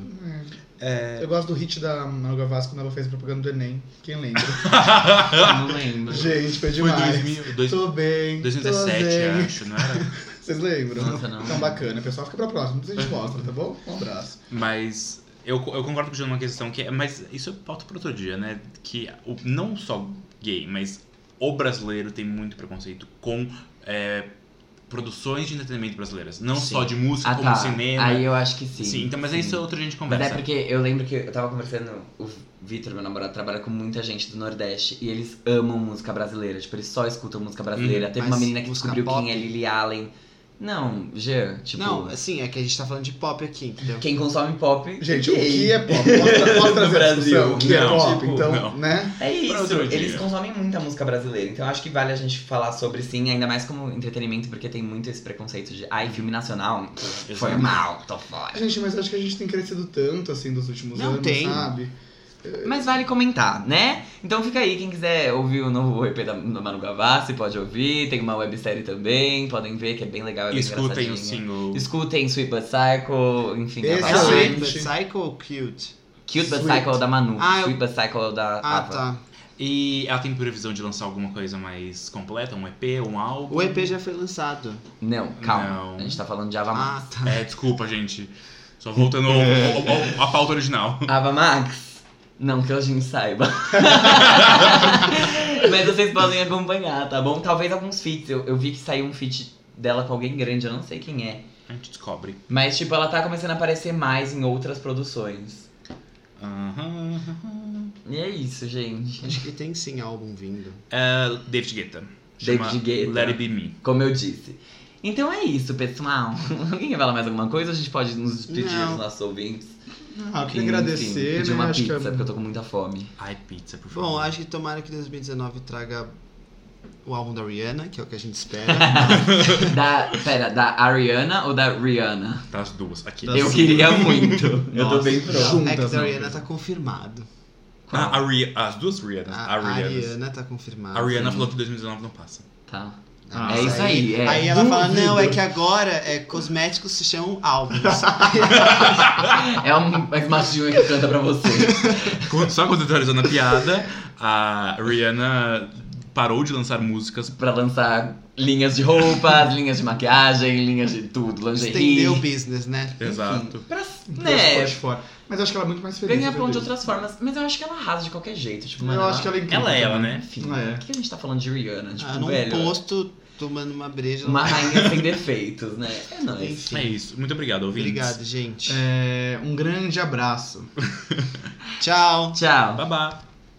Speaker 3: Eu gosto do hit da Manu Gavassi quando ela fez a propaganda do Enem. Quem lembra?
Speaker 2: Não lembro.
Speaker 3: Gente,
Speaker 4: Foi
Speaker 3: foi demais.
Speaker 4: 2000, dois-
Speaker 3: Tô bem.
Speaker 4: 2017,
Speaker 3: tô zen.
Speaker 4: acho, não era?
Speaker 3: Vocês lembram?
Speaker 2: Nossa, não.
Speaker 3: Então bacana. Pessoal, fica pra próxima. Depois a gente mostra, tá bom? Um abraço.
Speaker 4: Mas eu, eu concordo com o Jean numa questão que é. Mas isso é pauta para outro dia, né? Que o, não só gay, mas o brasileiro tem muito preconceito com é, produções de entretenimento brasileiras. Não
Speaker 2: Sim.
Speaker 4: só de música,
Speaker 2: Ah,
Speaker 4: como
Speaker 2: tá.
Speaker 4: cinema.
Speaker 2: Aí eu acho que sim.
Speaker 4: sim. então, mas é isso outro dia a gente
Speaker 2: Mas é
Speaker 4: conversa.
Speaker 2: porque eu lembro que eu tava conversando, o Vitor, meu namorado, trabalha com muita gente do Nordeste e eles amam música brasileira. Tipo, eles só escutam música
Speaker 4: Uhum,
Speaker 2: brasileira.
Speaker 1: mas
Speaker 2: Teve uma menina que
Speaker 1: música
Speaker 2: descobriu
Speaker 1: pop?
Speaker 2: quem é Lily Allen. Não, Jean, tipo.
Speaker 1: Não, assim, é que a gente tá falando de pop aqui, entendeu?
Speaker 2: Quem consome pop.
Speaker 3: Gente, o
Speaker 2: gay.
Speaker 3: que é pop? Posso, posso
Speaker 2: No
Speaker 3: trazer a discussão?
Speaker 2: Brasil,
Speaker 3: O que é
Speaker 4: não,
Speaker 3: pop?
Speaker 2: tipo,
Speaker 3: então,
Speaker 4: não.
Speaker 3: né?
Speaker 2: É
Speaker 4: Pra
Speaker 2: isso,
Speaker 4: outro dia.
Speaker 2: eles consomem muita música brasileira, então acho que vale a gente falar sobre sim, ainda mais como entretenimento, porque tem muito esse preconceito de ai, filme nacional, foi
Speaker 4: Exato.
Speaker 2: mal, tô fora.
Speaker 3: Gente, mas acho que a gente tem crescido tanto, assim, dos últimos
Speaker 1: Não
Speaker 3: anos,
Speaker 1: tem.
Speaker 3: sabe?
Speaker 2: Mas vale comentar, né? Então fica aí, quem quiser ouvir o novo EP da da Manu Gavassi, pode ouvir, tem uma websérie também, podem ver que é bem legal, é bem
Speaker 4: Escutem o
Speaker 2: engraçadinho.
Speaker 4: single.
Speaker 2: Escutem Sweet But Psycho, enfim,
Speaker 3: Esse
Speaker 1: É
Speaker 2: a Vavassi.
Speaker 1: sweet,
Speaker 3: Excelente.
Speaker 1: but psycho ou cute?
Speaker 2: Cute But
Speaker 3: Sweet.
Speaker 2: Psycho é o da Manu,
Speaker 1: Ah, eu-
Speaker 2: Sweet But Psycho é o da
Speaker 1: Ah,
Speaker 2: Ava.
Speaker 1: tá.
Speaker 4: E ela tem previsão de lançar alguma coisa mais completa? Um EP, um álbum?
Speaker 1: O EP já foi lançado.
Speaker 2: Não, calma,
Speaker 4: Não.
Speaker 2: a gente tá falando de Ava Max.
Speaker 1: Ah, tá.
Speaker 4: É, desculpa, gente. Só voltando ao, ao- ao- à pauta original.
Speaker 1: Ah.
Speaker 2: Ava Max? Não que a
Speaker 1: [laughs]
Speaker 2: gente saiba. Mas vocês podem acompanhar, tá bom? Talvez alguns feats. Eu, eu vi que saiu um feat dela com alguém grande, eu não sei quem é.
Speaker 4: A gente descobre.
Speaker 2: Mas, tipo, ela tá começando a aparecer mais em outras produções.
Speaker 4: Aham, aham.
Speaker 2: E é isso, gente.
Speaker 1: Acho que tem sim álbum vindo.
Speaker 4: É, David Guetta. Chama
Speaker 2: David Guetta.
Speaker 4: Let It Be Me.
Speaker 2: Como eu disse. Então é isso, pessoal. [laughs] Alguém quer falar mais alguma coisa? A gente pode nos despedir
Speaker 1: Não.
Speaker 2: dos nossos ouvintes.
Speaker 3: Ah, eu queria
Speaker 2: Enfim,
Speaker 3: agradecer,
Speaker 2: pedir
Speaker 3: né?
Speaker 2: uma
Speaker 3: Acho que
Speaker 2: pizza,
Speaker 3: é-
Speaker 2: porque eu tô com muita fome.
Speaker 3: [laughs]
Speaker 4: Ai, pizza, por favor.
Speaker 1: Bom, acho que tomara que 2019 traga o álbum da Rihanna, que é o que a gente espera.
Speaker 2: da, pera, da Ariana ou da Rihanna?
Speaker 4: Das duas, aqui.
Speaker 1: Das-
Speaker 2: Eu queria
Speaker 3: [laughs]
Speaker 2: muito. eu tô bem pronto.
Speaker 1: Não, é
Speaker 3: Juntas,
Speaker 1: que da
Speaker 3: não.
Speaker 1: Rihanna tá confirmado.
Speaker 4: Ah, a Ri- as duas Rihanna.
Speaker 1: A, a
Speaker 4: Rihanna.
Speaker 1: Ariana tá
Speaker 4: A
Speaker 1: confirmada.
Speaker 4: Rihanna
Speaker 2: sim.
Speaker 4: falou que 2019 não passa.
Speaker 2: Tá.
Speaker 1: Ah,
Speaker 2: É
Speaker 1: mas
Speaker 2: isso aí, é.
Speaker 1: Aí ela fala,
Speaker 3: Duvido.
Speaker 1: não, é que agora é, cosméticos se chamam álbuns.
Speaker 2: É um esmatinho que canta pra você.
Speaker 4: Só contextualizando a piada, a Rihanna parou de lançar músicas.
Speaker 2: pra lançar linhas de roupas, linhas de maquiagem, linhas de tudo, lingerie.
Speaker 1: Estendeu o business, né?
Speaker 4: É, Exato.
Speaker 2: Pra,
Speaker 3: Deus,
Speaker 2: né?
Speaker 3: Então, pode fora. um Mas acho que ela é muito mais feliz.
Speaker 2: Ganhar pão de
Speaker 3: feliz.
Speaker 2: outras formas. Mas eu acho que ela arrasa de qualquer jeito. Tipo, mano,
Speaker 3: Eu acho que ela é incrível.
Speaker 4: Ela é ela, né?
Speaker 2: Enfim,
Speaker 3: É.
Speaker 2: o que a gente tá falando de Rihanna? Tipo,
Speaker 1: Ah, num
Speaker 2: velho.
Speaker 1: posto, tomando uma breja.
Speaker 2: Uma rainha sem defeitos, né? É nóis.
Speaker 1: Enfim.
Speaker 4: É isso. Muito obrigado, ouvintes.
Speaker 1: Obrigado, gente.
Speaker 3: É, um grande É, abraço.
Speaker 1: Tchau.
Speaker 2: Tchau.
Speaker 4: Babá.